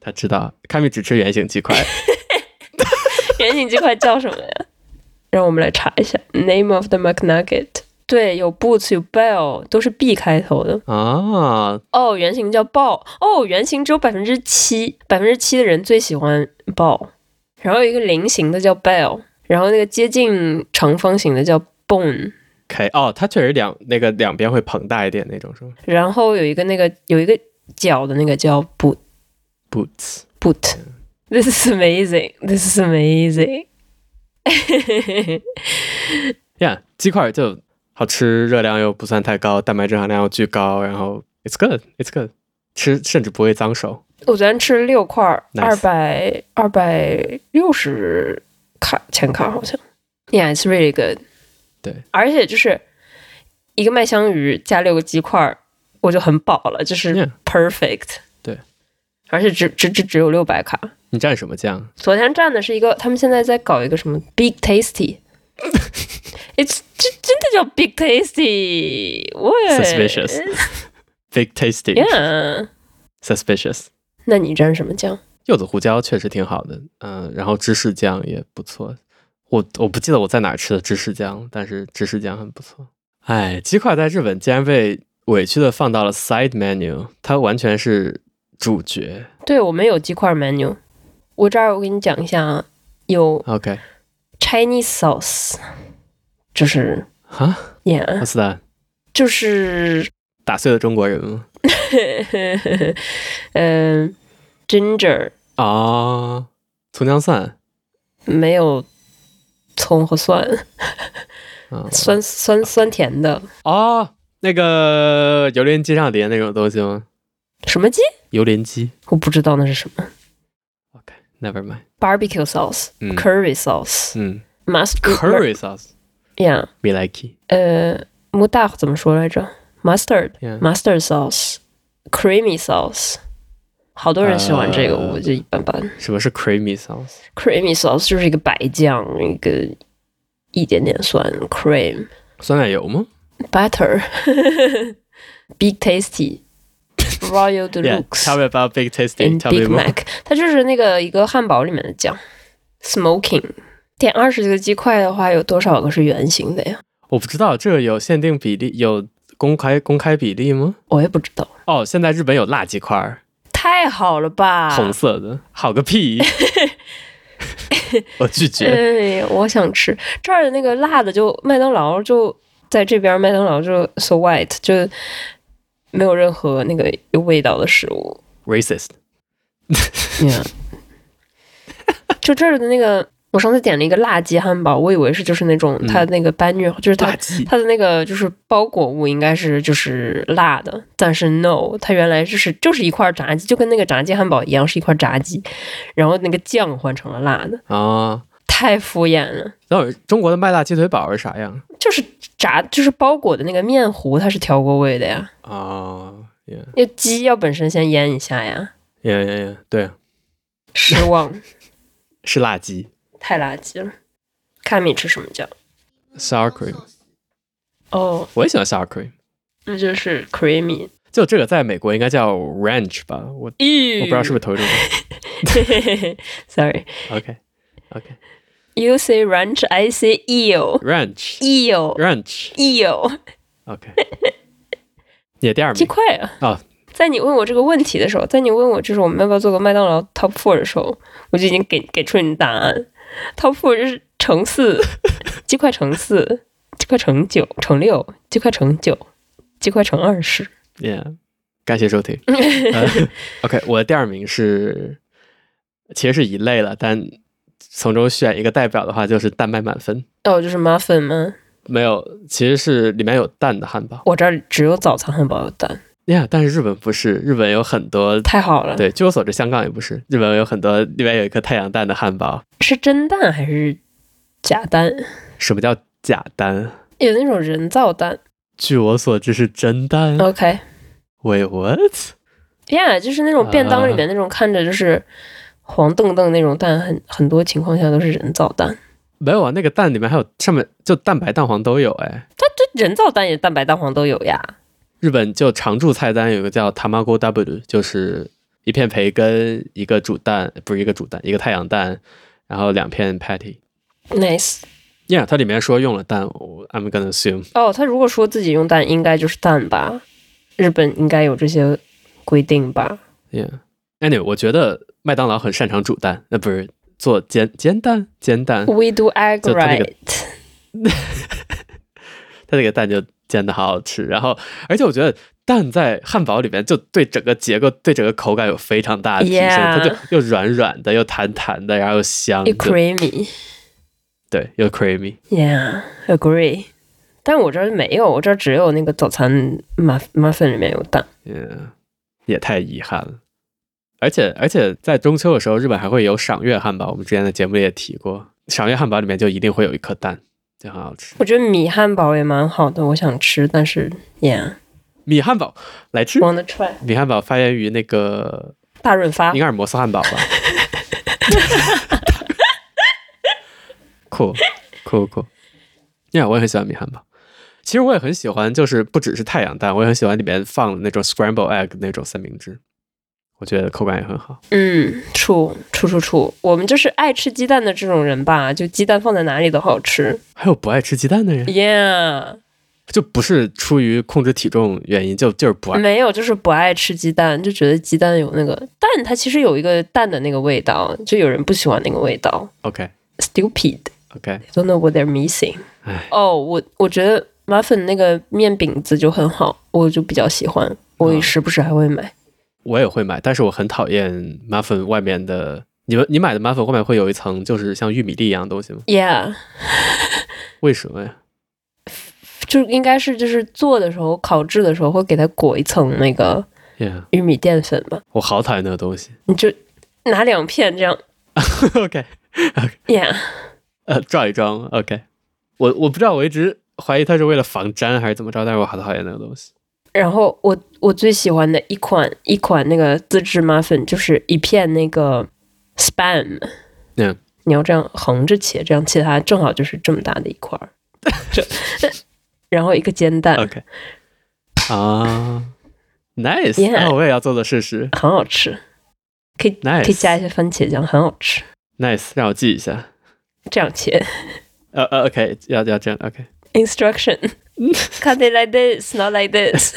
Speaker 2: 他知道，凯米只吃圆形鸡块。
Speaker 1: 圆形鸡块叫什么呀？让我们来查一下，Name of the McNugget。对，有 Boots，有 Bell，都是 B 开头的。
Speaker 2: 啊，
Speaker 1: 哦，原型叫豹。哦，原型只有百分之七，百分之七的人最喜欢豹。然后有一个菱形的叫 Bell，然后那个接近长方形的叫 Bone，
Speaker 2: 可以哦，它确实两那个两边会膨大一点那种，是吗
Speaker 1: 然后有一个那个有一个角的那个叫 Boot
Speaker 2: ？Boots，
Speaker 1: Boot。This is amazing. This is amazing.
Speaker 2: 呀鸡块就好吃，热量又不算太高，蛋白质含量又巨高，然后 it's good, it's good，吃甚至不会脏手。
Speaker 1: 我昨天吃了六块儿，二
Speaker 2: Nice
Speaker 1: 百二百六十卡千卡好像。Yeah, it's really good.
Speaker 2: 对，
Speaker 1: 而且就是一个麦香鱼加六个鸡块儿，我就很饱了，就是
Speaker 2: Yeah
Speaker 1: perfect。
Speaker 2: 对，
Speaker 1: 而且只只只只有六百卡。
Speaker 2: 你蘸什么酱？
Speaker 1: 昨天蘸的是一个，他们现在在搞一个什么 Big Tasty。It's 这真的叫 Big Tasty，我
Speaker 2: Suspicious Big tasty,
Speaker 1: Yeah，
Speaker 2: suspicious。
Speaker 1: 那你蘸什么酱？
Speaker 2: 柚子胡椒确实挺好的，嗯、然后芝士酱也不错。我我不记得我在哪儿吃的芝士酱了，但是芝士酱很不错。哎，鸡块在日本竟然被委屈的放到了 side menu，它完全是主角。
Speaker 1: 对，我们有鸡块 menu。我这儿我给你讲一下啊，有
Speaker 2: OK，
Speaker 1: Chinese sauce，就是
Speaker 2: 哈、
Speaker 1: yeah，
Speaker 2: w h a t s that？
Speaker 1: 就是
Speaker 2: 打碎了中国人吗？
Speaker 1: 嗯、ginger
Speaker 2: 啊，葱姜蒜，
Speaker 1: 没有葱和蒜，
Speaker 2: 啊
Speaker 1: 酸酸酸甜的
Speaker 2: 哦，那个油淋鸡上叠那种东西吗？
Speaker 1: 什么鸡？
Speaker 2: 油淋鸡
Speaker 1: 我不知道那是什么。
Speaker 2: ，Never mind。
Speaker 1: barbecue sauce、
Speaker 2: 嗯
Speaker 1: curry sauce、
Speaker 2: 嗯
Speaker 1: mustard
Speaker 2: ，curry sauce，
Speaker 1: yeah，
Speaker 2: 米莱 y
Speaker 1: 呃，木大怎么说来着？mustard
Speaker 2: Yeah
Speaker 1: mustard sauce、creamy sauce，好多人喜欢这个，
Speaker 2: 呃
Speaker 1: 我就一般般。
Speaker 2: 什么是 creamy sauce？
Speaker 1: creamy sauce 就是一个白酱，一个一点点酸 cream
Speaker 2: 酸奶油吗
Speaker 1: butter big tasty royal
Speaker 2: ？Yeah，tell
Speaker 1: deluxe
Speaker 2: me about big
Speaker 1: and
Speaker 2: tasty，tell
Speaker 1: big
Speaker 2: me more。
Speaker 1: mac，它就是那个一个汉堡里面的酱 smoking。点二十个鸡块的话，有多少个是圆形的呀？
Speaker 2: 我不知道这个有限定比例，有公开公开比例吗？
Speaker 1: 我也不知道。
Speaker 2: 哦，现在日本有辣鸡块儿，
Speaker 1: 太好了吧！
Speaker 2: 红色的，好 个屁！我拒绝。
Speaker 1: 哎，我想吃这儿的那个辣的就，麦当劳就在这边，麦当劳就 so white，就没有任何那个有味道的食物。
Speaker 2: Racist，
Speaker 1: 就这儿的那个，我我上次点了一个辣鸡汉堡，我以为是就是那种它那个 banu，、就是它
Speaker 2: 垃圾。
Speaker 1: 它的那个就是包裹物应该是就是辣的，但是 no，它原来就是就是一块炸鸡，就跟那个炸鸡汉堡一样是一块炸鸡，然后那个酱换成了辣的，
Speaker 2: 啊。
Speaker 1: 太敷衍了。
Speaker 2: 那我中国的麦辣鸡腿堡是啥样
Speaker 1: 就是炸就是包裹的那个面糊它是调过味的呀，
Speaker 2: 啊？也
Speaker 1: 那鸡要本身先腌一下呀，
Speaker 2: 也也也，对，啊
Speaker 1: 失望，
Speaker 2: 是辣鸡
Speaker 1: 太垃圾了。看米吃什么酱？
Speaker 2: sour cream，
Speaker 1: 哦，
Speaker 2: 我也喜欢 sour cream。
Speaker 1: 那就是 creamy。
Speaker 2: 就这个在美国应该叫 ranch 吧？我
Speaker 1: 咦，
Speaker 2: 我不知道是不是头这个。
Speaker 1: 是。Sorry,
Speaker 2: OK OK
Speaker 1: you say ranch, I say eel,
Speaker 2: ranch
Speaker 1: eel,
Speaker 2: ranch
Speaker 1: eel。
Speaker 2: OK 。你的第二
Speaker 1: 鸡
Speaker 2: 名
Speaker 1: 块啊！
Speaker 2: 啊
Speaker 1: 在你问我这个问题的时候，在你问我就是我们要不要做个麦当劳 Top Four 的时候，我就已经给给出了你的答案。Top Four 就是乘四， 鸡块乘四，鸡块乘九，乘六，鸡块乘九，鸡块乘二十。
Speaker 2: ，Yeah，感谢收 听。呃 OK，我的第二名是，其实是一类了，但从中选一个代表的话，就是蛋麦满分。
Speaker 1: 哦，就是 muffin 吗？
Speaker 2: 没有，其实是里面有蛋的汉堡。
Speaker 1: 我这儿只有早餐汉堡有蛋，
Speaker 2: 呀、但是日本不是，日本有很多。
Speaker 1: 太好了。
Speaker 2: 对，据我所知，香港也不是。日本有很多里面有一颗太阳蛋的汉堡。
Speaker 1: 是真蛋还是假蛋？
Speaker 2: 什么叫假蛋？
Speaker 1: 有那种人造蛋。
Speaker 2: 据我所知是真蛋。
Speaker 1: OK，
Speaker 2: Wait what？
Speaker 1: yeah，就是那种便
Speaker 2: 啊
Speaker 1: 当里面那种看着就是黄澄澄那种蛋，很很多情况下都是人造蛋。
Speaker 2: 没有啊，那个蛋里面还有上面就蛋白、蛋黄都有哎。
Speaker 1: 这人造蛋也蛋白、蛋黄都有呀。
Speaker 2: 日本就常驻菜单有个叫 tamago w，就是一片培根、一个煮蛋，不是一个煮蛋，一个太阳蛋，然后两片 patty。
Speaker 1: Nice。
Speaker 2: Yeah，它里面说用了蛋我，I'm gonna assume。
Speaker 1: 哦，他如果说自己用蛋，应该就是蛋吧？日本应该有这些规定吧？
Speaker 2: Yeah。Anyway，我觉得麦当劳很擅长煮蛋，那、不是做煎煎蛋煎蛋，
Speaker 1: We do egg
Speaker 2: 就它那个
Speaker 1: right，
Speaker 2: 它那个蛋就煎的好好吃。然后，而且我觉得蛋在汉堡里面就对整个结构、对整个口感有非常大的提升。它
Speaker 1: Yeah
Speaker 2: 就又软软的，又弹弹的，然后又香，
Speaker 1: 又
Speaker 2: 就
Speaker 1: creamy。
Speaker 2: 对，又 creamy。
Speaker 1: Yeah，agree。但我这儿没有，我这儿只有那个早餐 muff muffin 里面有蛋。
Speaker 2: 嗯，也太遗憾了。而且而且在中秋的时候，日本还会有赏月汉堡，我们之前的节目里也提过，赏月汉堡里面就一定会有一颗蛋，就很好吃。
Speaker 1: 我觉得米汉堡也蛮好的，我想吃，但是 yeah，wanna
Speaker 2: 米汉堡来
Speaker 1: 嗯
Speaker 2: 吃。
Speaker 1: try。
Speaker 2: 米汉堡发源于那个
Speaker 1: 大润发
Speaker 2: 尼，尔摩斯汉堡吧。酷酷酷！呀、我也很喜欢米汉堡。其实我也很喜欢，就是不只是太阳蛋，我也很喜欢里面放那种 scramble egg 那种三明治，我觉得口感也很好。
Speaker 1: 嗯，处处处处，我们就是爱吃鸡蛋的这种人吧，就鸡蛋放在哪里都好吃。
Speaker 2: 还有不爱吃鸡蛋的人，
Speaker 1: Yeah，
Speaker 2: 就不是出于控制体重原因，就就是不爱。
Speaker 1: 没有，就是不爱吃鸡蛋，就觉得鸡蛋有那个蛋，它其实有一个蛋的那个味道，就有人不喜欢那个味道。
Speaker 2: OK
Speaker 1: Stupid,
Speaker 2: OK，
Speaker 1: don't know what they're missing.
Speaker 2: 哎，
Speaker 1: 哦、我我觉得 muffin 那个面饼子就很好，我就比较喜欢，我
Speaker 2: 嗯
Speaker 1: 时不时还会买。
Speaker 2: 我也会买，但是我很讨厌 muffin 外面的。你们你买的 muffin 外面会有一层就是像玉米粒一样的东西吗？
Speaker 1: Yeah，
Speaker 2: 为什么呀？
Speaker 1: 就应该是就是做的时候烤制的时候会给它裹一层那个
Speaker 2: Yeah，
Speaker 1: 玉米淀粉吧。
Speaker 2: 我好讨厌那个东西。
Speaker 1: 你就拿两片这样
Speaker 2: OK，
Speaker 1: ，yeah，
Speaker 2: 呃，撞一撞。OK，我我不知道，我一直怀疑它是为了防粘还是怎么着，但是我好讨厌那个东西。
Speaker 1: 然后我我最喜欢的一款一款那个自制 muffin 就是一片那个 spam，
Speaker 2: 嗯
Speaker 1: 你要这样横着切，这样切它正好就是这么大的一块儿， 这然后一个煎蛋
Speaker 2: OK，啊，Nice，
Speaker 1: Yeah
Speaker 2: 啊我也要做做试试。
Speaker 1: 很好吃，可以可以加一
Speaker 2: Nice，Nice，
Speaker 1: 些番茄酱，很好吃，
Speaker 2: 让我记一下。
Speaker 1: 这样切。
Speaker 2: 呃呃，OK，要要这样。OK，
Speaker 1: Instruction, cut it like this, not like this.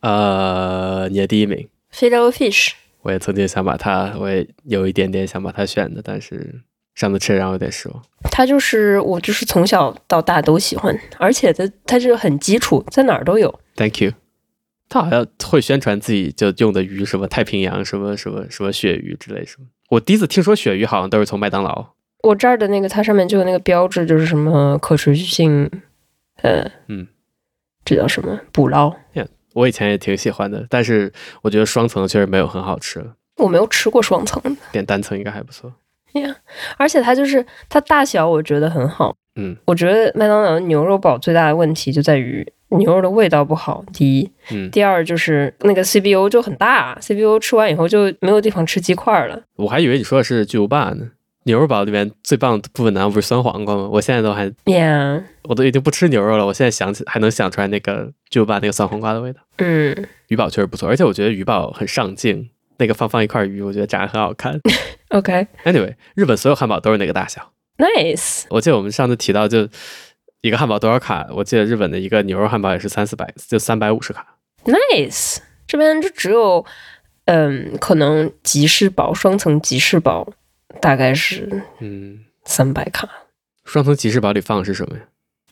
Speaker 2: 呃，你的第一名，
Speaker 1: Filet fish，
Speaker 2: 我也曾经想把它，我也有一点点想把它选的，但是上次吃让我有点失望。
Speaker 1: 它就是我就是从小到大都喜欢，而且它它是很基础，在哪儿都有。
Speaker 2: Thank you。他好像会宣传自己就用的鱼，什么太平洋，什么什么什么鳕鱼之类什么。我第一次听说鳕鱼好像都是从麦当劳。
Speaker 1: 我这儿的那个，它上面就有那个标志，就是什么可持续性，呃
Speaker 2: 嗯，
Speaker 1: 这叫什么捕捞？
Speaker 2: 我以前也挺喜欢的，但是我觉得双层确实没有很好吃了，
Speaker 1: 我没有吃过双层的，
Speaker 2: 点单层应该还不错。
Speaker 1: 而且它就是它大小，我觉得很好。
Speaker 2: 嗯
Speaker 1: 我觉得麦当劳牛肉堡最大的问题就在于牛肉的味道不好。第一，
Speaker 2: 嗯，
Speaker 1: 第二就是那个 CPU 就很大，CPU 吃完以后就没有地方吃鸡块了。
Speaker 2: 我还以为你说的是巨无霸呢。牛肉堡里面最棒的部分难道不是酸黄瓜吗？我现在都还，
Speaker 1: Yeah，
Speaker 2: 我都已经不吃牛肉了，我现在想起还能想出来那个巨无霸那个酸黄瓜的味道。
Speaker 1: 嗯，
Speaker 2: 鱼堡确实不错，而且我觉得鱼堡很上镜，那个放放一块鱼，我觉得长得很好看。
Speaker 1: OK，nice，、
Speaker 2: Anyway，日本所有汉堡都是那个大小。我记得我们上次提到就一个汉堡多少卡，我记得日本的一个牛肉汉堡也是三四百，就三百五十卡。
Speaker 1: nice，这边就只有，嗯，可能吉士堡双层吉士堡大概是
Speaker 2: 嗯，
Speaker 1: 三百卡
Speaker 2: 双层吉士堡里放的是什么呀？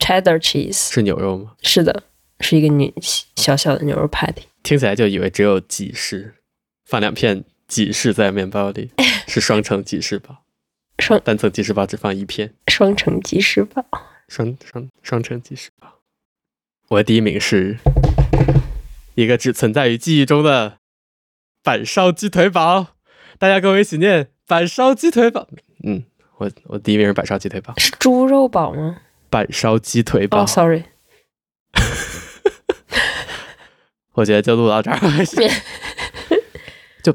Speaker 1: ，cheddar cheese
Speaker 2: 是牛肉吗？
Speaker 1: 是的，是一个牛小小的牛肉 patty。
Speaker 2: 听起来就以为只有几士，放两片几士在面包里，是双层几士堡，
Speaker 1: 双
Speaker 2: 单层几士堡只放一片，
Speaker 1: 双层吉士堡，
Speaker 2: 双双双层几士堡。我的第一名是一个只存在于记忆中的板烧鸡腿堡，大家跟我一起念板烧鸡腿堡。嗯，我我第一名是板烧鸡腿堡，
Speaker 1: 是猪肉堡吗？
Speaker 2: 板烧鸡腿堡。
Speaker 1: 哦、s o r r y
Speaker 2: 我觉得就录到这儿吧，还是就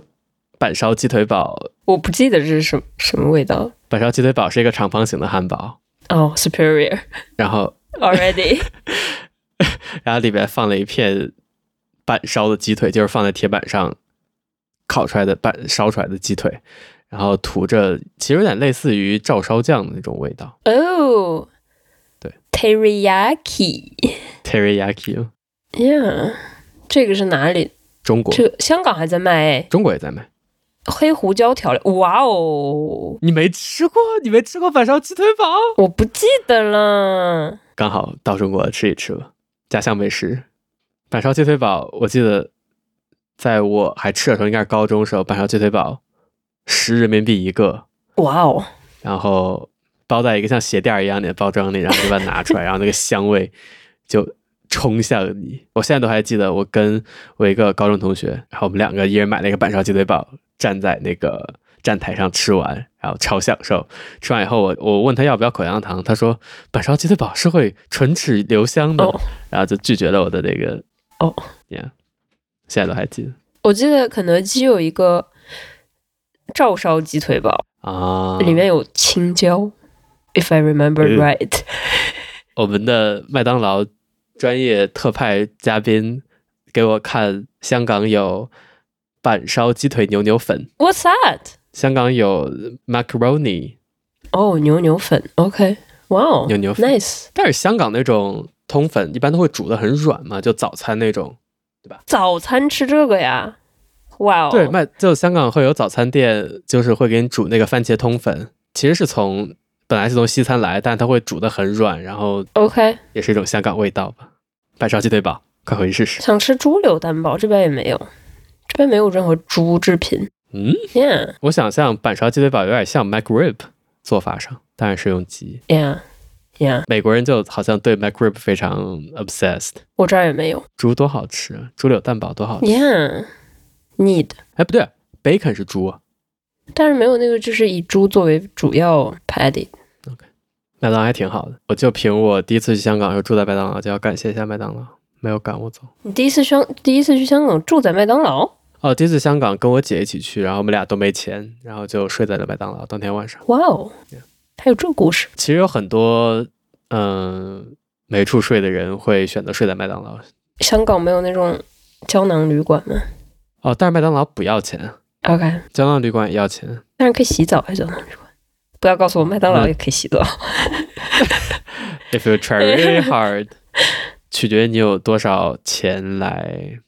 Speaker 2: 板烧鸡腿堡
Speaker 1: 我不记得这是什么什么味道。
Speaker 2: 板烧鸡腿堡是一个长方形的汉堡，
Speaker 1: 哦、s u p e r i o r
Speaker 2: 然后
Speaker 1: already
Speaker 2: 然后里边放了一片板烧的鸡腿，就是放在铁板上烤出来的板烧出来的鸡腿，然后涂着，其实有点类似于照烧酱的那种味道
Speaker 1: 哦，
Speaker 2: 对
Speaker 1: ，teriyaki，yeah，
Speaker 2: ，teriyaki。哦
Speaker 1: 这个是哪里？
Speaker 2: 中国
Speaker 1: 这个香港还在卖哎，
Speaker 2: 中国也在卖，
Speaker 1: 黑胡椒调料，哇哦，
Speaker 2: 你没吃过？你没吃过板烧鸡腿堡？
Speaker 1: 我不记得了。
Speaker 2: 刚好到中国吃一吃吧，家乡美食。板烧鸡腿堡，我记得在我还吃的时候，应该是高中的时候，板烧鸡腿堡十人民币一个，
Speaker 1: 哇哦，
Speaker 2: 然后包在一个像鞋垫儿一样的包装里，然后就把它拿 出来，然后那个香味就冲向你。我现在都还记得，我跟我一个高中同学，然后我们两个一人买了一个板烧鸡腿堡，站在那个站台上吃完，然后超享受。吃完以后我，我问他要不要口香糖，他说板烧鸡腿堡是会唇齿留香的
Speaker 1: 哦
Speaker 2: 然后就拒绝了我的那个
Speaker 1: 哦
Speaker 2: ，yeah，现在都还记得
Speaker 1: 我记得肯德基有一个照烧鸡腿堡，
Speaker 2: 啊。
Speaker 1: 里面有青椒，if I remember
Speaker 2: 嗯
Speaker 1: right。
Speaker 2: 我们的麦当劳专业特派嘉宾给我看，香港有板烧鸡腿牛牛粉，
Speaker 1: What's that？
Speaker 2: 香港有 macaroni，
Speaker 1: 哦、牛牛粉，OK，哇哦，
Speaker 2: 牛牛粉
Speaker 1: ，nice。
Speaker 2: 但是香港那种通粉一般都会煮的很软嘛，就早餐那种。
Speaker 1: 早餐吃这个呀？哇哦，
Speaker 2: 对，麦就香港会有早餐店，就是会给你煮那个番茄通粉，其实是从本来是从西餐来，但它会煮的很软，然后
Speaker 1: OK，
Speaker 2: 也是一种香港味道吧。板烧鸡腿堡，快回去试试。
Speaker 1: 想吃猪柳蛋堡，这边也没有，这边没有任何猪制品。
Speaker 2: 嗯。
Speaker 1: Yeah，yeah，
Speaker 2: 我想象板烧鸡腿堡有点像 McRib 做法上，当然是用鸡。
Speaker 1: yeah，
Speaker 2: 美国人就好像对 McRib 非常 obsessed，
Speaker 1: 我这儿也没有。
Speaker 2: 猪多好吃啊，猪柳蛋堡多好吃。
Speaker 1: Yeah，need，
Speaker 2: 哎，不对，bacon 是猪啊。
Speaker 1: 但是没有那个就是以猪作为主要 patty。
Speaker 2: 麦当劳还挺好的，我就凭我第一次去香港的时候住在麦当劳，就要感谢一下麦当劳，没有赶我走。
Speaker 1: 你第一次香，第一次去香港住在麦当劳？
Speaker 2: 哦，第一次香港跟我姐一起去，然后我们俩都没钱，然后就睡在了麦当劳。当天晚上，
Speaker 1: 哇哦，还有这个故事？
Speaker 2: 其实有很多嗯、没处睡的人会选择睡在麦当劳。
Speaker 1: 香港没有那种胶囊旅馆吗
Speaker 2: 哦，但是麦当劳不要钱，
Speaker 1: ？OK，
Speaker 2: 胶囊旅馆也要钱。
Speaker 1: 但是可以洗澡还是胶囊旅馆？不要告诉我麦当劳也可以洗澡。
Speaker 2: If you try really hard，取决于你有多少钱来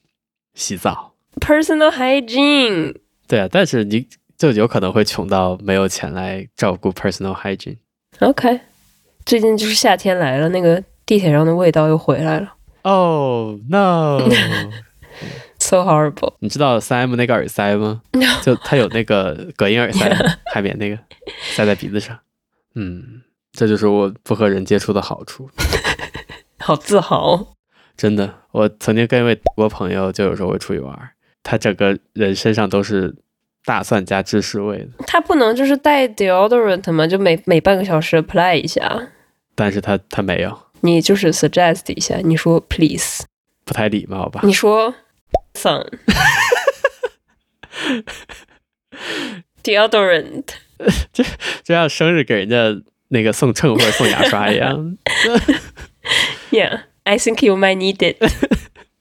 Speaker 2: 洗澡。
Speaker 1: Personal hygiene，
Speaker 2: 对啊，但是你就有可能会穷到没有钱来照顾 personal hygiene。
Speaker 1: OK，最近就是夏天来了，那个地铁上的味道又回来了。
Speaker 2: Oh no！
Speaker 1: so horrible。
Speaker 2: 你知道三 M 那个耳塞吗？就它有那个隔音耳塞，海绵那个塞在鼻子上。嗯，这就是我不和人接触的好处。
Speaker 1: 好自豪，
Speaker 2: 真的，我曾经跟一位德国朋友，就有时候会出去玩儿，他整个人身上都是大蒜加芝士味的，
Speaker 1: 他不能就是带 deodorant 吗？就每每半个小时 apply 一下，
Speaker 2: 但是他他没有，
Speaker 1: 你就是 suggest 一下，你说 please，
Speaker 2: 不太礼貌吧？
Speaker 1: 你说 son deodorant，
Speaker 2: 就像生日给人家那个送秤或者送牙刷 一样。
Speaker 1: Yeah, I think you might need it.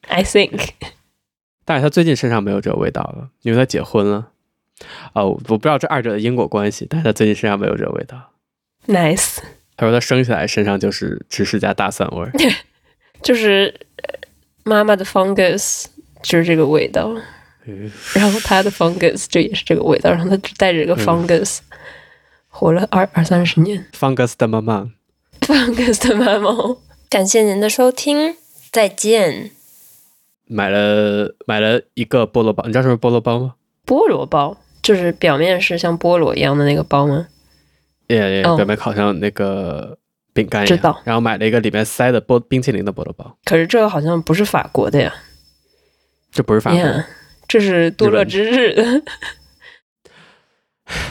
Speaker 1: I think.
Speaker 2: 但是他最近身上没有这个味道了，因为他结婚了。哦，我不知道这二者的因果关系，但是他最近身上没有这个味道。
Speaker 1: Nice.
Speaker 2: 他说他生下来身上就是芝士加大蒜 味儿。
Speaker 1: 就是呃妈妈的 fungus 就是这个味道，
Speaker 2: 嗯
Speaker 1: 然后她的 fungus 就也是这个味道，然后她只带着这个
Speaker 2: 嗯
Speaker 1: fungus、活了二二三十年。
Speaker 2: Fungus 的妈妈，
Speaker 1: fungus 的妈妈，
Speaker 3: 感谢您的收听，再见。
Speaker 2: 买了买了一个菠萝包，你知道什么是菠萝包吗？
Speaker 1: 菠萝包就是表面是像菠萝一样的那个包吗？
Speaker 2: 也也
Speaker 1: 哦
Speaker 2: 表面烤上那个饼干一
Speaker 1: 知道
Speaker 2: 样，然后买了一个里面塞的菠冰淇淋的菠萝包，
Speaker 1: 可是这个好像不是法国的呀
Speaker 2: 这不是法国
Speaker 1: ，Yeah，这是多乐之日的，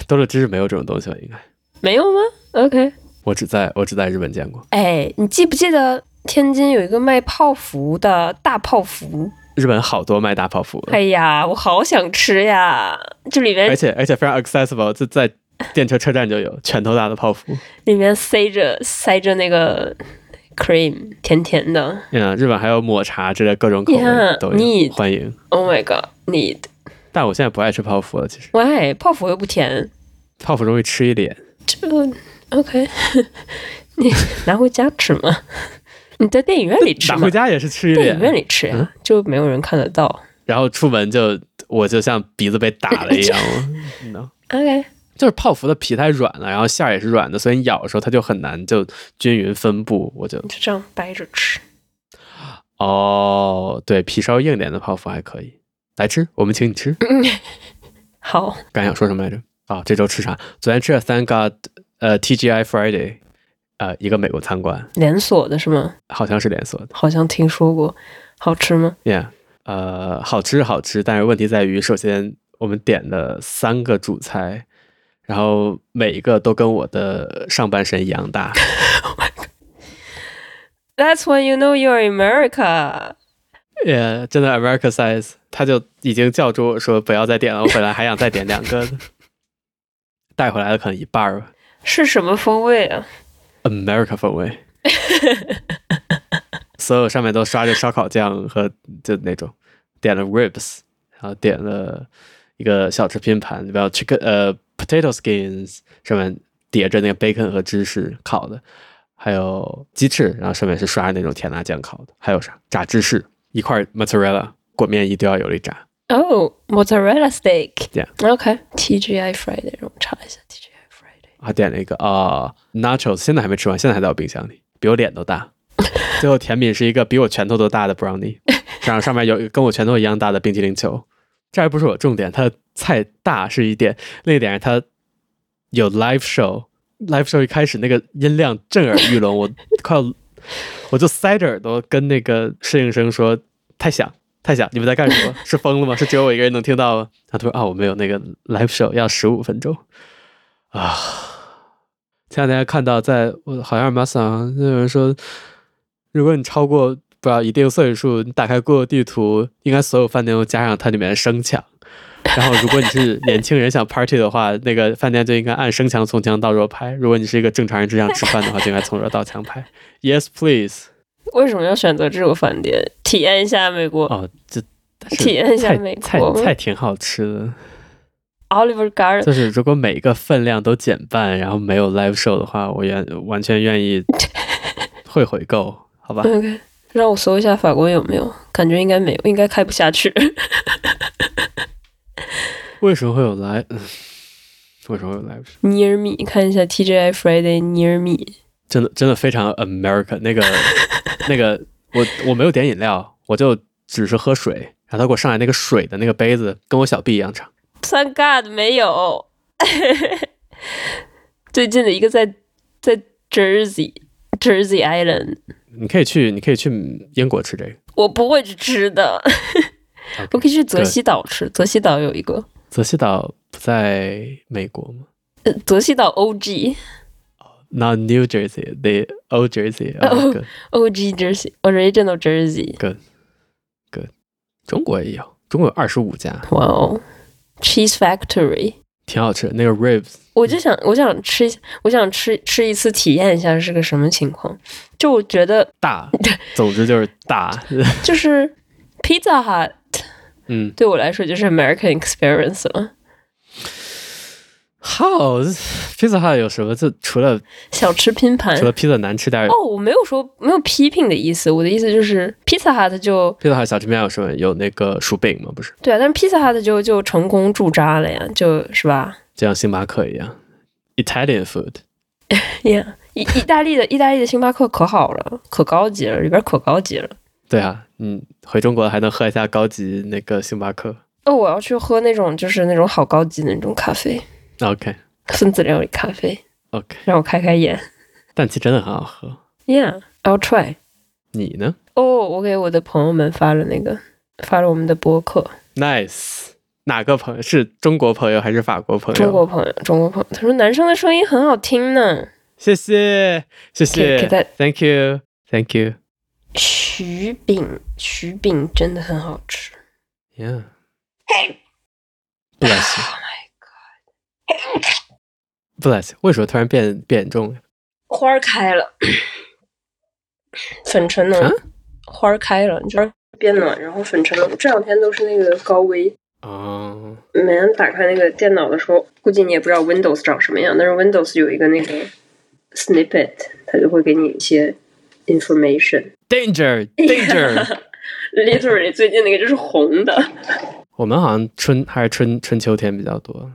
Speaker 2: 多乐芝士没有这种东西吧？应该
Speaker 1: 没有吗？OK，
Speaker 2: 我只在我只在日本见过，
Speaker 1: 哎，你记不记得天津有一个卖泡芙的大泡芙？
Speaker 2: 日本好多卖大泡芙的，
Speaker 1: 哎呀，我好想吃呀！这里面
Speaker 2: 而且而且非常 accessible，就在电车车站就有拳头大的泡芙。
Speaker 1: 里面塞着塞着那个 cream，甜甜的。
Speaker 2: 嗯，日本还有抹茶之类各种口味
Speaker 1: Yeah，
Speaker 2: 都有，
Speaker 1: neat
Speaker 2: 欢迎。
Speaker 1: Oh my god，need
Speaker 2: 但我现在不爱吃泡芙了，其实
Speaker 1: why 泡芙又不甜，
Speaker 2: 泡芙容易吃一脸。
Speaker 1: 这 OK，你拿回家吃吗？你在电影院里吃
Speaker 2: 拿
Speaker 1: 吗
Speaker 2: 回？家也是吃嗯一
Speaker 1: 电影院
Speaker 2: 脸，
Speaker 1: 里吃呀，就没有人看得到。
Speaker 2: 然后出门就我就像鼻子被打了一 样，我 no
Speaker 1: OK，
Speaker 2: 就是泡芙的皮太软了，然后馅儿也是软的，所以你咬的时候它就很难就均匀分布。我就
Speaker 1: 就这样掰着吃。
Speaker 2: 哦，对，皮稍微硬点的泡芙还可以，来吃，我们请你吃。
Speaker 1: 好，
Speaker 2: 刚想说什么来着？啊、这周吃啥？昨天吃了 Thank God，呃，TGI Friday，呃，一个美国餐馆，
Speaker 1: 连锁的是吗？
Speaker 2: 好像是连锁的。
Speaker 1: 好像听说过，好吃吗？
Speaker 2: Yeah，呃，好吃是好吃，但是问题在于，首先我们点了三个主菜，然后每一个都跟我的上半身一样大。
Speaker 1: That's when you know you're America。
Speaker 2: Yeah，真的 America size，他就已经叫住我说不要再点了，我本来还想再点两个的， 带回来的可能一半儿吧
Speaker 1: 是什么风味啊？
Speaker 2: ，America 风味。所有上面都刷着烧烤酱和就那种，点了 ribs，然后点了一个小吃拼盘，里边有 chicken 呃 potato skins，上面叠着那个 bacon 和芝士烤的，还有鸡翅，然后上面是刷着那种甜辣酱烤的，还有啥炸芝士，一块 mozzarella 裹面衣都要有里炸。
Speaker 1: 哦、m o z z a r e l l a steak。
Speaker 2: Yeah.
Speaker 1: OK. TGI Friday，让我查一下 TGI Friday。
Speaker 2: 还点了一个啊、nachos，现在还没吃完，现在还在我冰箱里，比我脸都大。最后甜品是一个比我拳头都大的 brownie，然后上面有一个跟我拳头一样大的冰淇淋球。这还不是我重点，它的菜大是一点，另一点是它有 live show，live show 一开始那个音量震耳欲聋，我快要我就塞着耳朵跟那个侍应生说太响。太响！你们在干什么？是疯了吗？是只有我一个人能听到吗？然后他说啊，我们有那个 live show 要十五分钟啊。前两天看到在，我好像是马上有人说，如果你超过不知道一定岁数，你打开 Google 地图，应该所有饭店都加上它里面的声抢。然后，如果你是年轻人想 party 的话，那个饭店就应该按声强从强到弱排；如果你是一个正常人只想吃饭的话，就应该从弱到强排。Yes, please。
Speaker 1: 为什么要选择这个饭店？体验一下美国、
Speaker 2: 哦，这但 是
Speaker 1: 体验一下
Speaker 2: 菜
Speaker 1: 美国
Speaker 2: 菜菜挺好吃的。
Speaker 1: Oliver Garden。
Speaker 2: 就是如果每一个分量都减半，然后没有 live show 的话，我愿完全愿意会回购，好吧？
Speaker 1: OK，让我搜一下法国有没有，感觉应该没有，应该开不下去。
Speaker 2: 为什么会有 live？嗯 为什么会有 live show？
Speaker 1: Near me，看一下 TGI Friday Near me。
Speaker 2: 真的真的非常 America 那个那个，我我没有点饮料，我就只是喝水，然后他给我上来那个水的那个杯子，跟我小臂一样长。
Speaker 1: Thank God 没有。 最近的一个在在 Jersey Jersey Island，
Speaker 2: 你可以去，你可以去英国吃这个。
Speaker 1: 我不会去吃的，我可以去泽西岛吃。泽西岛有一个，
Speaker 2: 泽西岛不在美国吗
Speaker 1: 呃泽西岛 OG
Speaker 2: ？Not New Jersey, the old Jersey. Oh, good.
Speaker 1: OG Jersey Original Jersey，
Speaker 2: 中国也有，中国有二十五家，
Speaker 1: 哇哦，Cheese Factory。
Speaker 2: 挺好吃的。那个 ribs
Speaker 1: 我就想，我想吃，我想吃吃一次，体验一下是个什么情况。就我觉得，
Speaker 2: 大，总之就是大。
Speaker 1: 就是 Pizza Hut
Speaker 2: 嗯
Speaker 1: 对我来说就是 American Experience 了。
Speaker 2: ，How Pizza Hut 有什么？就除了
Speaker 1: 小吃拼盘
Speaker 2: 除了 pizza 难吃点儿
Speaker 1: 哦，我没有说没有批评的意思，我的意思就是 Pizza Hut 就
Speaker 2: ，Pizza Hut 小吃面有什么？有那个薯饼吗？不是，
Speaker 1: 对啊，但是 Pizza Hut 就就成功驻扎了呀，就是吧
Speaker 2: 就像星巴克一样，Italian food。
Speaker 1: ？Yeah，意意大利的意大利的星巴克可好了，可高级了，里边可高级了。
Speaker 2: 对啊，嗯，回中国还能喝一下高级那个星巴克。
Speaker 1: 哦，我要去喝那种就是那种好高级的那种咖啡，
Speaker 2: OK
Speaker 1: 分子料理咖啡，
Speaker 2: OK，
Speaker 1: 让我开开眼。
Speaker 2: 氮气真的很好喝。
Speaker 1: Yeah，I'll try。
Speaker 2: 你呢
Speaker 1: 哦、我给我的朋友们发了那个，发了我们的播客，
Speaker 2: ？Nice，哪个朋友是中国朋友还是法国朋友？
Speaker 1: 中国朋友，中国朋友，他说男生的声音很好听呢。
Speaker 2: 谢谢，谢
Speaker 1: 给给
Speaker 2: 谢
Speaker 1: 他
Speaker 2: ，Thank you，Thank you。
Speaker 1: 曲饼，曲饼真的很好吃。
Speaker 2: Yeah，不来行不来行，为什么突然变变重了？
Speaker 1: 花儿开了，粉尘
Speaker 2: 啊
Speaker 1: 冷，花儿开了，你知道变暖，然后粉尘冷。这两天都是那个高危，
Speaker 2: 哦，
Speaker 1: 每天打开那个电脑的时候，估计你也不知道 Windows 长什么样，但是 Windows 有一个那个 snippet，它就会给你一些 information。
Speaker 2: Danger Danger！
Speaker 1: Literally，最近那个就是红的。
Speaker 2: 我们好像春还是春春秋天比较多。